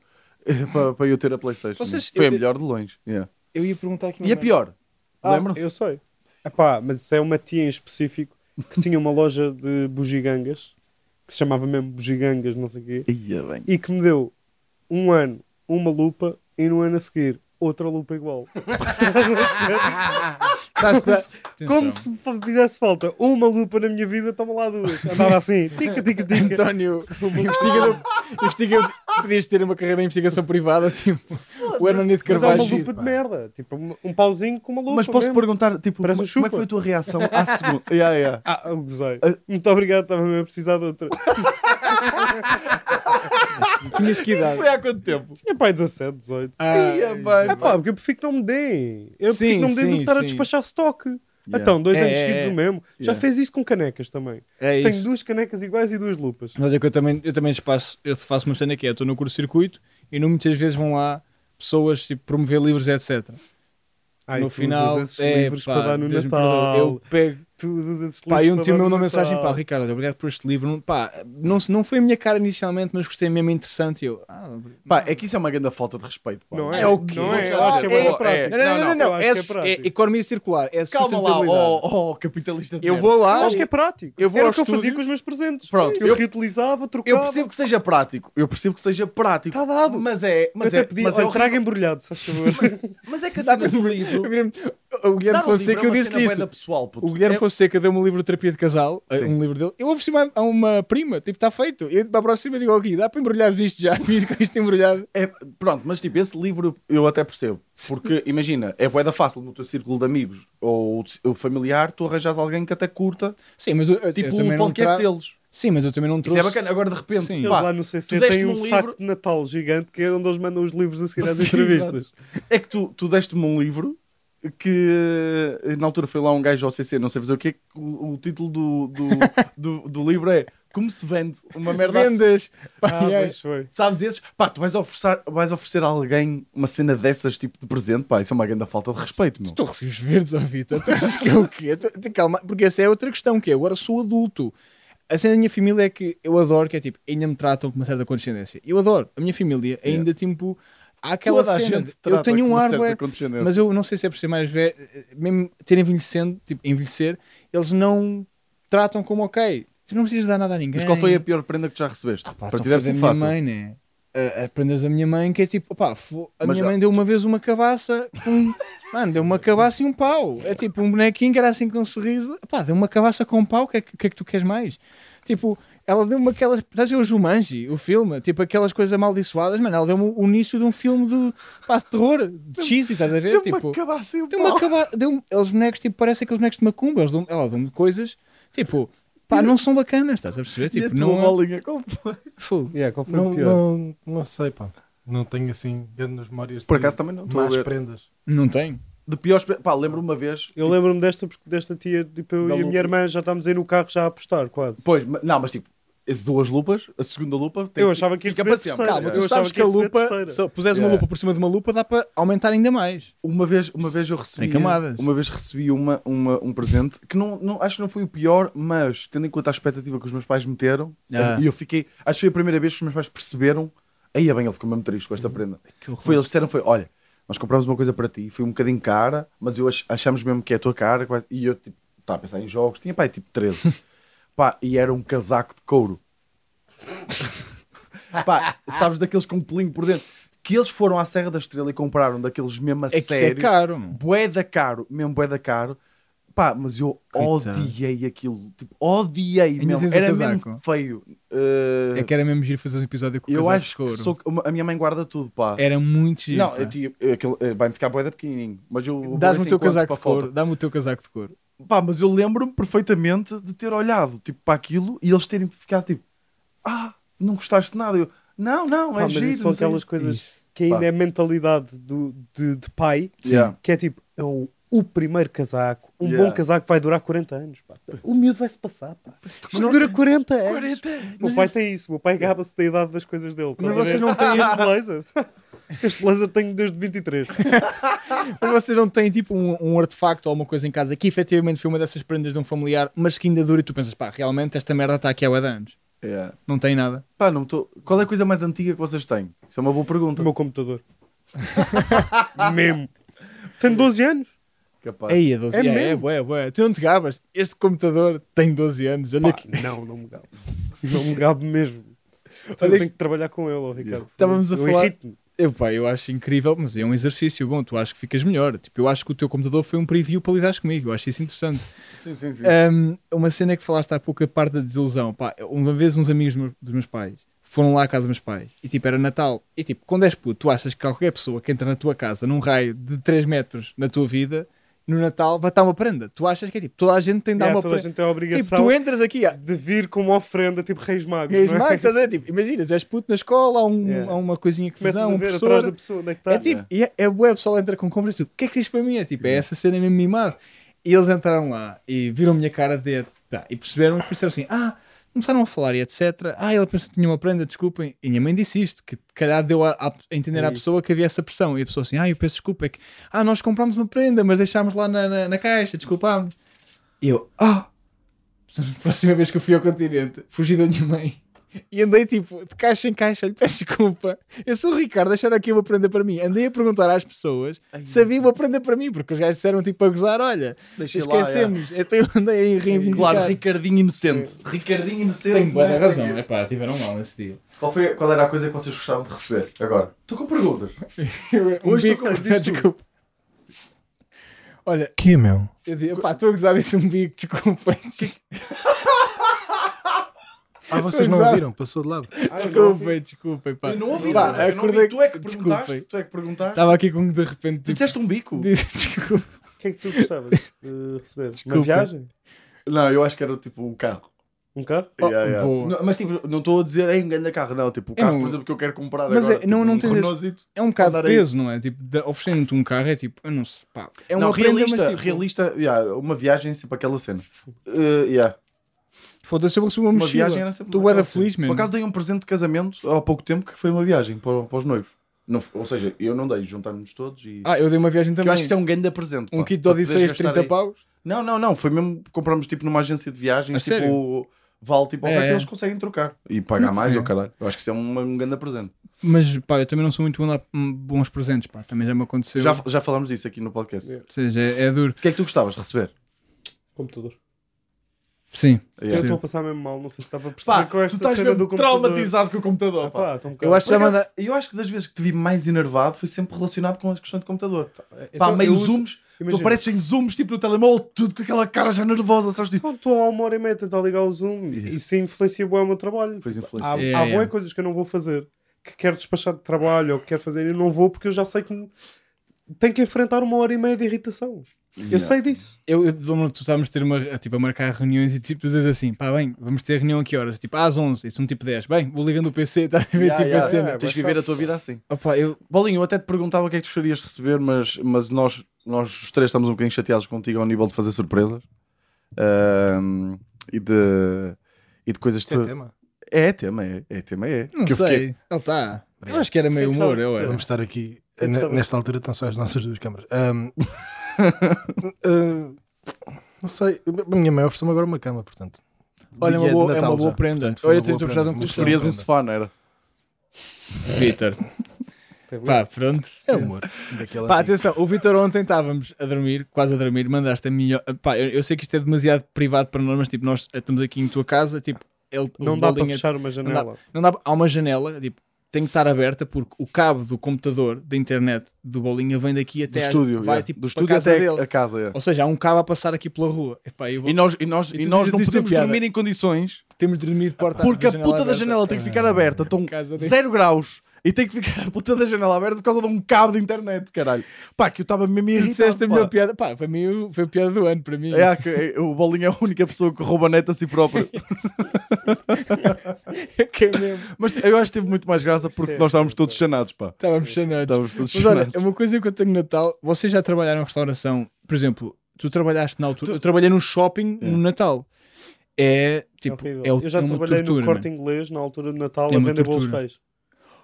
C: eh, para, para eu ter a Playstation.
A: Vocês- eu-
C: foi
A: Uhum.
C: a melhor de longe. yeah.
A: Eu ia perguntar aqui.
C: E a pior?
B: Ah,
C: Lembram-se?
B: Eu sei. Epá, mas isso é uma tia em específico que tinha uma loja de bugigangas que se chamava mesmo Bugigangas, não sei o quê,
C: Ia bem.
B: e que me deu um ano uma lupa e no ano a seguir outra lupa igual.
A: Estás
B: Como se me fa- fizesse falta uma lupa na minha vida, toma lá duas. Andava assim, tica, tica, tica.
A: António, investigador, investigador, podias ter uma carreira em investigação privada, tipo o Hernani de
B: Mas é uma
A: Carvalho.
D: giro,
B: lupa de
D: pá.
B: merda. Tipo, um- um pauzinho com uma lupa.
C: Mas posso
B: mesmo.
C: perguntar, tipo,
B: Parece
C: como,
B: um
C: como
B: chupa.
C: é que foi a tua reação à segunda? yeah, yeah.
B: Ah, eu gozei.
C: Ah.
B: Muito obrigado, estava mesmo a precisar de outra.
A: Tinhas que idade.
C: há quanto tempo?
B: Tinha pai 17, 18.
A: Ah,
C: Ia bem.
B: É pá, porque eu prefiro que não me deem. Eu prefiro
A: Sim,
B: que não me deem do
A: sim,
B: que estar a
A: sim.
B: despachar estoque.
C: Yeah.
B: Então, dois
A: É,
B: anos
A: é,
B: seguidos
A: é.
B: o mesmo. Já
C: Yeah.
B: fez isso com canecas também.
A: é
B: Tenho
A: isso.
B: duas canecas iguais e duas lupas.
A: Mas é que eu também, eu também espaço, eu faço uma cena que é, estou no curto-circuito e não muitas vezes vão lá pessoas tipo, promover livros, etc.
B: Ai,
A: no
B: tu usas
A: final,
B: esses
A: é,
B: livros
A: pá,
B: para dar no
A: Deus me
B: Natal.
A: perdoe, eu pego
B: tu usas esses
A: Pá, e
B: livros
A: um
B: para
A: tio meu
B: dar
A: mandou mensagem,
B: Natal.
A: pá, Ricardo, olha, obrigado por este livro. Não, pá, não, se- não foi a minha cara inicialmente, mas gostei mesmo, é interessante. E eu, ah, obrigado.
C: Pá, é que isso é uma grande falta de respeito. pá.
B: Não
A: É o quê?
B: Não é, eu
A: Ah,
B: acho que é mais
A: é-
B: prático.
A: não, não, não, não,
B: Eu acho
A: é,
B: que é
A: su- é
B: prático.
A: economia circular, é
C: Calma lá,
A: sustentabilidade.
C: ó oh, capitalista de
A: eu
C: merda.
A: vou lá,
B: Acho que é prático.
A: eu vou
B: Era
A: ao
B: o que eu fazia
A: estúdio.
B: com os meus presentes.
C: Pronto,
B: eu,
C: eu-
B: reutilizava, trocava.
C: Eu percebo que seja prático. Eu percebo que seja prático.
B: Tá dado.
C: Mas é. Mas
B: eu
C: é,
B: até pedi,
C: mas é
B: olha,
C: horrível.
B: traga embrulhado, se faz favor.
C: Mas é que a
A: Dá
C: cena do livro.
A: Eu virei-me- O Guilherme
C: Dar um
A: Fonseca,
C: livro é
A: eu
C: uma
A: disse
C: cena bué
A: isso.
C: da pessoal, puto.
A: O Guilherme
C: É-
A: Fonseca deu-me um livro de terapia de casal,
C: Sim.
A: um livro dele. Eu ofereci a uma prima, tipo, está feito. Eu para a próxima digo, ok, dá para embrulhar isto já, fiz com isto embrulhado.
C: É, pronto, mas tipo, esse livro eu até percebo. Porque, imagina, é boeda fácil no teu círculo de amigos ou, ou familiar, tu arranjas alguém que até curta,
A: Sim, mas eu, eu- eu
C: tipo
A: também
C: o
A: não
C: podcast
A: tra-
C: deles.
A: Sim, mas eu também não
C: Isso
A: trouxe.
C: é bacana. Agora, de repente,
A: Sim.
B: Eles
C: pá,
B: lá no CC
C: tu deste
B: têm um
C: um livro-
B: saco de Natal gigante que é onde eles mandam os livros a seguir às
C: Sim,
B: entrevistas.
C: é que tu, tu deste-me um livro que eh, na altura foi lá um gajo ao CC, não sei fazer o quê, que o, o título do, do, do, do livro é Como se vende uma merda assim.
A: Vendas. Pá,
B: Ah,
A: é.
B: pois foi.
C: Sabes esses? Pá, tu vais oferecer, vais oferecer a alguém uma cena dessas tipo de presente, pá, isso é uma grande falta de respeito, meu.
A: Tu recebes verdes, ó Vitor. Tu achas que é o quê? Tu- tu- calma, porque essa é outra questão que é, agora sou adulto. A cena da minha família é que eu adoro, que é tipo, ainda me tratam com uma certa condescendência. Eu adoro. A minha família ainda, tipo, há aquela
C: Toda a
A: cena.
C: gente
A: de- eu
C: trata
A: tenho
C: com
A: um
C: uma
A: ar,
C: certa
A: bué,
C: condescendência.
A: mas eu não sei se é por ser mais velho, mesmo ter envelhecendo, tipo, envelhecer, eles não tratam como ok. Tu não precisas dar nada a ninguém. Ah,
C: Mas qual foi a pior prenda que tu já recebeste?
A: Pá,
C: Para
A: estou
C: ti
A: a
C: deve
A: fazer
C: ser
A: a minha
C: fácil.
A: mãe, né? A- Aprendes da minha mãe que é tipo, opá, fo- a
C: Mas
A: minha
C: já-
A: mãe deu uma vez uma cabaça com. um- Mano, deu uma cabaça e um pau. É tipo um bonequinho que era assim com um sorriso. Pá, deu uma cabaça com um pau, o que, é, que- o que é que tu queres mais? Tipo, ela deu-me aquelas. Estás a ver o Jumanji, o filme? Tipo aquelas coisas amaldiçoadas, mano. Ela deu-me o início de um filme de, pá, de terror, de cheesy, estás a ver?
C: Deu-me
A: Tipo,
C: uma cabaça e um
A: deu uma
C: pau.
A: cabaça. Deu eles bonecos, tipo, parecem aqueles bonecos de macumba. Eles dão, ela deu-me coisas, tipo, pá, não são bacanas, estás a perceber?
C: E a
A: Tipo,
C: tua
A: não. é-
C: bolinha, como foi?
A: Fogo.
B: Yeah, qual foi o
D: Não,
B: pior?
D: não, não sei, pá. Não tenho assim grandes memórias
C: Por
D: de
C: acaso também não estou a
D: más
C: ver.
D: prendas.
A: Não tem.
C: De piores. pre- Pá, lembro-me uma vez.
B: Eu lembro-me desta, porque desta tia, tipo, eu
C: Da
B: e a
C: lupa.
B: minha irmã já estávamos aí no carro já a apostar, quase.
C: Pois, ma- não, mas tipo, as duas lupas, a segunda lupa. tem
B: Eu achava que ia
C: fica
B: receber
C: para sempre.
B: terceira.
A: Calma,
B: Eu
A: tu
B: achava
A: sabes
B: que
A: que a
B: ia ser a
A: lupa,
B: terceira.
A: se puseres uma
C: Yeah.
A: lupa por cima de uma lupa, dá para aumentar ainda mais.
C: Uma vez, uma vez eu recebi.
A: Tem camadas.
C: Uma vez recebi uma, uma- um presente que não, não, acho que não foi o pior, mas tendo em conta a expectativa que os meus pais meteram,
A: Ah.
C: e eu fiquei. Acho que foi a primeira vez que os meus pais perceberam. Aí é bem, ele ficou mesmo triste com
A: Uhum.
C: esta prenda. Foi, eles disseram: foi, olha, nós comprámos uma coisa para ti, foi um bocadinho cara, mas eu ach- achamos mesmo que é a tua cara. quase." E eu, tipo, estava a pensar em jogos, tinha pai tipo 13. pá, e era um casaco de couro. pá, sabes, daqueles com um pelinho por dentro. Que eles foram à Serra da Estrela e compraram daqueles mesmo a
A: É que isso é
C: sério.
A: caro. mano.
C: Boeda caro, mesmo boeda caro. Pá, mas eu
A: Coitado.
C: odiei aquilo. Tipo, odiei
A: Ainda
C: mesmo.
A: tens o
C: Era
A: casaco?
C: mesmo feio. Uh,
A: É que era mesmo giro fazer um episódio com o
C: eu
A: casaco
C: acho
A: de couro.
C: que sou- uma- a minha mãe guarda tudo, pá.
A: Era muito giro.
C: não,
A: pá.
C: eu tive- eu- aquele- eh, vai-me ficar boeda pequenininho. Mas eu vou ver
A: Dás-me o
C: se
A: teu
C: encontro
A: casaco
C: para
A: de
C: a foto.
A: couro. Dá-me o teu casaco de couro.
C: Pá, mas eu lembro-me perfeitamente de ter olhado tipo, para aquilo e eles terem ficado tipo, ah, não gostaste de nada. Eu, não, não,
B: Pá,
C: é
B: mas
C: giro.
B: isso são
C: não sei."
B: aquelas coisas
A: Isso.
B: que ainda
C: Pá.
B: é mentalidade do, de, de pai,
C: Yeah.
B: que é tipo, é o, o primeiro casaco, um
C: Yeah.
B: bom casaco vai durar 40 anos. Pá. O miúdo vai-se passar. Pá. Isto dura 40 anos.
C: 40 anos.
B: O meu pai tem isso, o meu pai gaba-se da idade das coisas dele.
A: Mas
B: estás a
A: vocês
B: ver?
A: não têm
B: este blazer. Este blazer tenho desde 23.
A: Mas vocês não têm tipo um, um artefacto ou alguma coisa em casa que efetivamente foi uma dessas prendas de um familiar, mas que ainda dura e tu pensas, pá, realmente esta merda está aqui há bué de anos.
C: Yeah.
A: Não tem nada.
C: Pá, não tô... Qual é a coisa mais antiga que vocês têm? Isso é uma boa pergunta.
B: O meu computador. Mesmo. Tem 12 anos.
C: Capaz.
A: Aí, a 12
B: É
A: é, é,
B: mesmo?
A: bué, bué. Tu não te gabas. Este computador tem 12 anos. Olha
B: Pá,
A: aqui.
B: não, não me gabo. Não me gabo mesmo. Então
A: Olha-
B: eu tenho que trabalhar com ele, ó, Ricardo.
A: Estávamos a
B: Eu
A: falar-
B: irrito-me.
A: Eu, pá, eu acho incrível, mas é um exercício bom. Tu acho que ficas melhor. Tipo, eu acho que o teu computador foi um preview para lidares comigo. Eu acho isso interessante.
C: Sim, sim, sim.
A: Um, uma cena que falaste há pouco, a parte da desilusão. Pá, uma vez uns amigos dos meus- dos meus pais foram lá à casa dos meus pais e tipo, era Natal. E tipo, quando és puto, tu achas que qualquer pessoa que entra na tua casa num raio de 3 metros na tua vida, no Natal, vai estar uma prenda. Tu achas que é tipo, toda a gente tem de dar
B: Yeah,
A: uma
B: toda a
A: prenda.
B: gente tem a
A: Tipo,
B: obrigação
A: tu entras aqui, ah,
B: de vir com uma ofrenda, tipo é- Reis Magos.
A: Reis
B: não é?
A: Magos, estás a ver? Tipo, imagina, tu és puto na escola, há, um-
B: Yeah.
A: há uma coisinha que
B: Começas
A: dá,
B: a
A: um
B: ver
A: professor.
B: atrás da pessoa onde é que está.
A: É tipo, e é, é bué, o pessoal entra com compras e tu, o que é que tens para mim? É tipo, é essa cena mesmo mimada. E eles entraram lá e viram a minha cara de dedo pá, e perceberam e perceberam assim, ah, começaram a falar e etc. Ah, ele pensou que tinha uma prenda, desculpem. E minha mãe disse isto, que calhar deu a, a- a entender à pessoa que havia essa pressão. E a pessoa assim, ah, eu peço desculpa, é que, ah, nós comprámos uma prenda, mas deixámos lá na, na, na caixa, desculpámos. E eu, ah! Próxima vez que eu fui ao continente, fugi da minha mãe. E andei tipo, de caixa em caixa, olha, peço desculpa. Eu sou o Ricardo, deixaram aqui uma prenda para mim. Andei a perguntar às pessoas se havia uma prenda para mim, porque os gajos disseram tipo a gozar, olha,
C: Deixei lá,
A: esquecemos. então eu andei aí a
C: é.
A: reivindicar.
C: Claro, Ricardinho Inocente. Ricardinho Inocente.
A: Tenho
C: não é?
A: boa razão, é pá, tiveram mal nesse dia.
C: Qual, foi, qual era a coisa que vocês gostavam de receber? Agora, estou com perguntas.
A: Um
C: Hoje
A: bico,
C: estou com- diz tu.
A: desculpa. Olha,
D: Que é, meu?
A: eu digo, pá, estou a gozar desse umbigo, desculpa.
D: Ah, vocês não
A: Exato.
D: ouviram? Passou de lado.
C: Ah,
A: Desculpem, desculpem, pá.
C: Eu não ouvi
A: Pá,
C: nada. eu não ouvi.
A: acordei-
C: Tu é que
A: Desculpem.
C: perguntaste. Tu é que perguntaste.
A: Estava aqui com de repente.
C: Tu
A: Tipo,
C: disseste um bico?
A: disse, tipo, desculpa.
B: O que é que tu gostavas de receber?
A: Desculpa.
B: Uma viagem?
C: Não, eu acho que era tipo um carro.
B: Um carro?
A: Oh,
C: Yeah, yeah.
A: boa.
C: Não, mas tipo, não estou a dizer é um grande carro, não. Tipo, o
A: Eu
C: carro,
A: não-
C: por exemplo, que eu quero comprar
A: Mas
C: agora.
A: é- não-
C: tipo,
A: não
C: um
A: tens esse-
C: Renaultzito.
A: É um bocado de
C: Andarei.
A: peso, não é? Tipo, de- oferecendo-te um carro é tipo, eu não sei, pá. É uma
C: não,
A: prenda, mas,
C: realista,
A: tipo,
C: realista, yeah, uma viagem sempre aquela cena. Uh, yeah.
A: Foda-se, eu vou receber uma,
C: Uma
A: mochila.
C: viagem era sempre
A: Tu
C: uma
A: é da
C: cena.
A: feliz mesmo.
C: Por acaso dei um presente de casamento há pouco tempo que foi uma viagem para, para os noivos. Não f- ou seja, eu não dei, juntámos-nos todos e.
A: Ah, eu dei uma viagem
C: Que eu
A: também.
C: acho que isso é um grande presente.
A: um
C: pá,
A: kit de
C: para poderes
A: Odisseias de
C: gastar
A: 30
C: aí.
A: paus.
C: Não, não, não. Foi mesmo que compramos tipo numa agência de
A: A
C: viagens, tipo,
A: sério?
C: vale tipo ao
A: É,
C: que
A: é.
C: eles conseguem trocar e pagar mais
A: é.
C: ou caralho. Eu acho que isso é um, um grande presente.
A: Mas, pá, eu também não sou muito bom a dar hum, bons presentes, pá. Também já me aconteceu.
C: Já,
A: Ou
B: um-
C: já falámos disso aqui no podcast.
B: Yeah.
A: seja, é, é duro.
C: O que é que tu gostavas de receber?
B: Computador.
A: Sim.
B: Eu
A: Sim.
B: estou a passar mesmo mal, não sei se estava a perceber com esta cena do computador.
C: traumatizado com o computador,
B: Ah, pá, estou um bocado-
A: Eu acho que já manda.
C: Eu acho que das vezes que te vi mais enervado foi sempre relacionado com a questão de computador.
B: Então,
C: pá, meio
B: eu uso-
C: zooms, tu
B: imagina,
C: apareces em zooms tipo no telemóvel, tudo com aquela cara já nervosa, sabes? Tipo,
B: então, Estou há uma hora e meia a tentar ligar o Zoom.
C: Yeah.
B: Isso influencia bem o meu trabalho.
C: Pois influencia.
B: Há,
A: É,
B: há
A: é.
B: boas coisas que eu não vou fazer, que quero despachar de trabalho ou que quero fazer e não vou porque eu já sei que me- tenho que enfrentar uma hora e meia de irritação. Eu sei disso.
A: Eu, eu lembro-me de tu estávamos a, ter uma, tipo, a marcar reuniões e tipo, tu dizes assim, pá, bem, vamos ter reunião a que horas? Tipo, às 11, e são tipo 10. Bem, vou ligando o PC, está a ver
C: Yeah,
A: tipo
C: yeah,
A: a cena.
B: yeah.
C: Tens de viver a tua vida assim.
A: Opa, eu.
C: Bolinho, eu até te perguntava o que é que tu gostarias de receber, mas, mas nós, nós os três estamos um bocadinho chateados contigo ao nível de fazer surpresas Ahm, e, de, e de coisas que
D: Isto é
C: tu-
D: tema.
C: É tema, é, é tema, é.
A: Não
C: Que eu
A: sei.
C: fiquei-
A: Ele está. Eu acho que era meio
B: Eu
A: humor,
B: gostava de
A: eu era.
D: Vamos estar aqui.
B: Eu
D: Ne-
B: gostava-
D: Nesta altura estão só as nossas duas câmaras. Ahm, ah, não sei. A minha mãe ofereceu-me agora uma cama, portanto.
A: Olha, é uma
D: Dia de
A: boa, é
D: Natal
A: uma
D: já.
A: boa prenda.
D: foi
A: Olha,
D: uma
A: tenho
D: boa
A: puxado um
D: prenda,
A: custo.
D: mas
C: Preferias um sofá, não era?
A: Vitor. Pá, pronto.
D: É humor. Daquela
A: Pá,
D: antiga.
A: atenção, o Vitor ontem estávamos a dormir, quase a dormir, mandaste a melhor. Pá, eu, eu sei que isto é demasiado privado para nós, mas tipo, nós estamos aqui em tua casa, tipo, ele, o
B: Não dá para
A: Bolinha-
B: fechar uma
A: não dá-
B: janela.
A: não dá- há uma janela, tipo, tem que estar aberta porque o cabo do computador, da internet, do Bolinha vem daqui
C: Do
A: até à-
C: estúdio,
A: vai
C: é.
A: tipo
C: do
A: para
C: estúdio
A: casa
C: até
A: dele.
C: a casa, é.
A: Ou seja, há um cabo a passar aqui pela rua. Epá, eu vou-
C: E nós, e nós,
A: E
C: e
A: tu
C: nós
A: dizes isto
C: não
A: é
C: podemos
A: piada.
C: dormir em condições
A: temos de dormir de porta
C: porque a puta da
A: aberta.
C: janela tem que ficar aberta. Estão
A: Casa dele.
C: 0 graus e tem que ficar a puta da janela aberta por causa de um cabo de internet, caralho. Pá, que eu estava mesmo
A: Tu
C: irritado.
A: disseste a
C: pá.
A: melhor piada. Pá, foi, meio, foi a piada do ano para mim.
C: É, que, é, o Bolinho é a única pessoa que rouba net a si próprio.
A: que é mesmo.
C: Mas eu acho que teve muito mais graça porque nós estávamos todos chanados, pá.
A: Estávamos chanados.
C: Estávamos todos
A: Mas olha, é
C: chanados.
A: uma coisa que eu tenho no Natal, vocês já trabalharam em restauração, por exemplo, tu trabalhaste na altura, eu trabalhei num shopping no Natal. É
B: É
A: tipo,
B: horrível.
A: é, o-
B: eu já
A: é uma
B: trabalhei
A: tortura.
B: no corte inglês na altura de Natal
A: É
B: a
A: uma
B: vender bolos
A: tortura.
B: reis.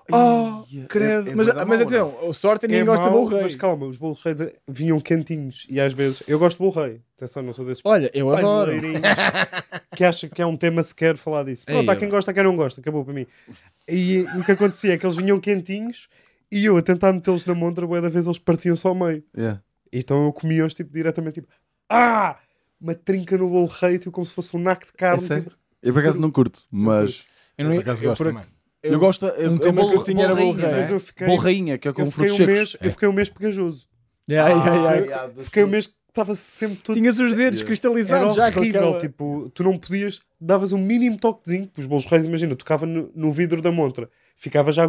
A: mano.
C: Ia,
A: oh, credo.
C: é- é
A: mas
C: bué da
A: mas
C: mau,
A: atenção, a sorte é ninguém
B: É
A: gosta de
B: mau,
A: bolo rei.
B: Mas calma, os bolos reis eh, vinham quentinhos e às vezes. Eu gosto de bolo rei. Atenção, não sou desses
A: Olha, eu
B: pais
A: Oh, adoro.
B: loirinhos que acha que é um tema sequer falar disso.
A: Ei,
B: Pronto, há
A: eu-
B: quem gosta, há quem não gosta. Acabou para mim. E, o que acontecia é que eles vinham quentinhos e eu a tentar metê-los na montra, boa da vez eles partiam só ao meio.
C: Yeah.
B: Então eu comia-os tipo, diretamente, tipo, ah! Uma trinca no bolo rei, tipo, como se fosse um naco de
C: É
B: carne.
C: sério?
B: tipo,
C: Eu por acaso não curto, mas.
A: Eu
D: Por
A: não-
D: acaso
A: eu
D: gosto
A: por-
D: também.
A: Eu-
C: Eu, gosto. Eu,
A: um
C: eu
A: tema que eu tinha era bolo rei.
B: mas eu fiquei,
C: Bolo rainha, que é
B: né? eu
C: com
B: fiquei
C: frutos
B: um
C: secos.
B: mês, eu fiquei um mês pegajoso.
A: Ai, ai, ai.
B: Fiquei um mês que estava sempre todo
A: Tinhas os dedos
C: Yeah.
B: Era
A: cristalizados já com
B: horrível,
A: aquela...
B: tipo, tu não podias, davas um mínimo toquezinho, os bolos reis, imagina, tocava no, no vidro da montra, ficava já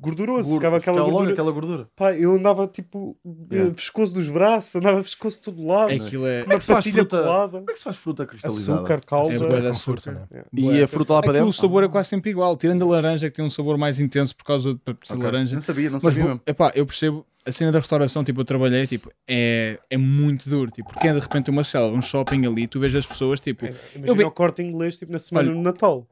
B: gorduroso,
C: Gordo,
B: ficava aquela
C: ficava logo
B: gordura.
C: um aquela gordura.
B: Pá, eu andava tipo, eh,
C: Yeah.
B: pescoço dos braços, andava pescoço de todo lado,
A: Aquilo é...
C: Como é que se faz
B: patilha
C: fruta? Como
B: colada,
C: é que se faz fruta cristalizada?
B: açúcar,
A: É
B: calda.
A: bué
D: Açúcar
A: da
D: com força,
A: açúcar.
D: né?
C: E a fruta lá para
A: Aquilo
C: dentro?
A: o sabor é quase sempre igual, tirando a laranja que tem um sabor mais intenso por causa de por ser
C: Ah, Ok.
A: é laranja.
C: Não sabia, não
A: Mas
C: sabia mesmo.
A: epá, eu percebo a cena da restauração, tipo, eu trabalhei, tipo, é, é muito duro, tipo, porque é de repente uma selva, um shopping ali, tu vês as pessoas,
C: É.
A: tipo, o
B: É, Imagina
A: Eu vi-
B: o corte inglês, tipo, na semana
A: Olha-
B: no Natal.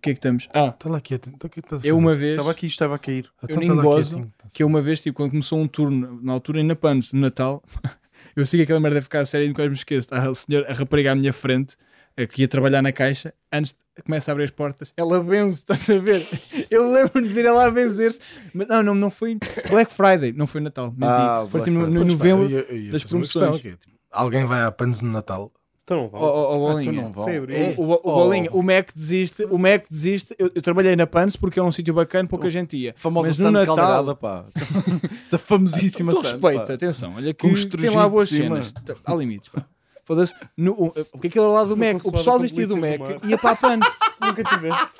A: que é que estamos? Ah,
D: Está lá quieto. Então, o que é que estás a
A: eu
D: fazer?
A: uma vez,
C: Estava aqui, estava a cair.
D: Então,
A: nem
D: tá lá
A: gozo.
D: quietinho.
A: que eu uma vez, tipo, quando começou um turno, na altura ainda panos, no Natal, Eu sei que aquela merda deve ficar a sério e nunca mais me esqueço. Está a senhora, a rapariga à minha frente, eh, que ia trabalhar na caixa, antes de- começa a abrir as portas, ela benze, estás a ver? Eu lembro-me de ver ela a benzer-se. Mas não, não, não foi Black Friday, não foi Natal. Menti.
C: Ah,
A: foi
C: Black
A: tipo, no,
C: Friday.
A: no
D: Pois, pá,
A: novembro.
D: eu ia- eu ia
A: das
D: fazer uma
A: promoções.
D: questão, que é, tipo, alguém vai à Panos no Natal?
B: Então não
A: Oh,
B: vale.
A: oh, oh,
C: Ah, então
A: bolinha.
C: não vão.
B: Sem abrir.
A: O, o,
C: oh.
A: o Bolinha, o Mac desiste, o Mac desiste. Eu, eu trabalhei na Pans porque era um sítio bacana, pouca gente ia.
C: Famosa
A: Mas no
C: Santa
A: Natal-
C: Caldeirada, pá. Essa famosíssima
A: Com
C: Santa,
A: respeito,
C: pá.
A: atenção, olha
C: Com um
A: que tem lá
C: estrujinho
A: boas
C: por cima.
A: cenas. Tá, Há limites, pá. Foda-se. No- O o que é que era lá do
B: Uma
A: Mac? O
B: consoada
A: pessoal
B: com
A: desistia do
B: delícias do
A: Mac
B: mar.
A: e ia para a Pans.
B: Nunca tiveste.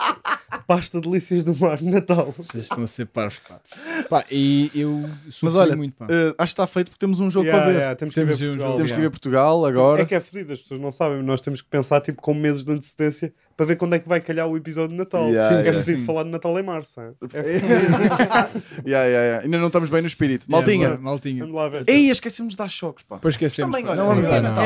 B: Pasta delícias do mar de Natal.
A: Vocês estão a ser parvos, pá. Pá, e eu sofri
C: Mas olha,
A: muito, pá.
C: eh, acho que está feito porque temos um jogo
B: Yeah,
C: para ver.
B: yeah, temos que
A: Temos
B: ver
A: aí um
B: Portugal.
A: jogo.
C: Temos que ir
A: yeah.
C: a Portugal agora.
B: É que é fodido, as pessoas não sabem. Nós temos que pensar tipo, com meses de antecedência para ver quando é que vai calhar o episódio de Natal.
C: Yeah,
A: Sim,
B: é
A: yeah,
B: fodido
A: sim.
B: falar de Natal em março. hein? É fodido.
C: Yeah, yeah, yeah. Ainda não estamos bem no espírito. Maltinha.
A: É, maltinha.
B: Vamos lá ver.
C: Ei, esquecemos de dar choques, pá.
A: Depois esquecemos.
C: Também,
A: pá.
C: olha,
A: Não vamos
C: é
A: dar.
C: Natal.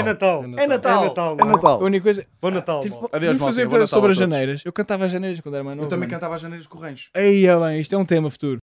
B: É Natal.
C: É Natal.
B: É
C: Tipo,
B: Natal.
C: É Natal.
A: A única coisa.
B: Bom Natal.
A: Tive,
B: malta.
C: Adeus,
A: Adeus, fazer
C: maltinha,
A: uma
C: bom Natal
A: coisa
C: a
A: sobre as
C: todos.
A: janeiras. Eu cantava as janeiras quando era mais novo.
C: Eu também cantava as janeiras com o Rancho.
A: Ei, ah, bem, isto é um tema futuro.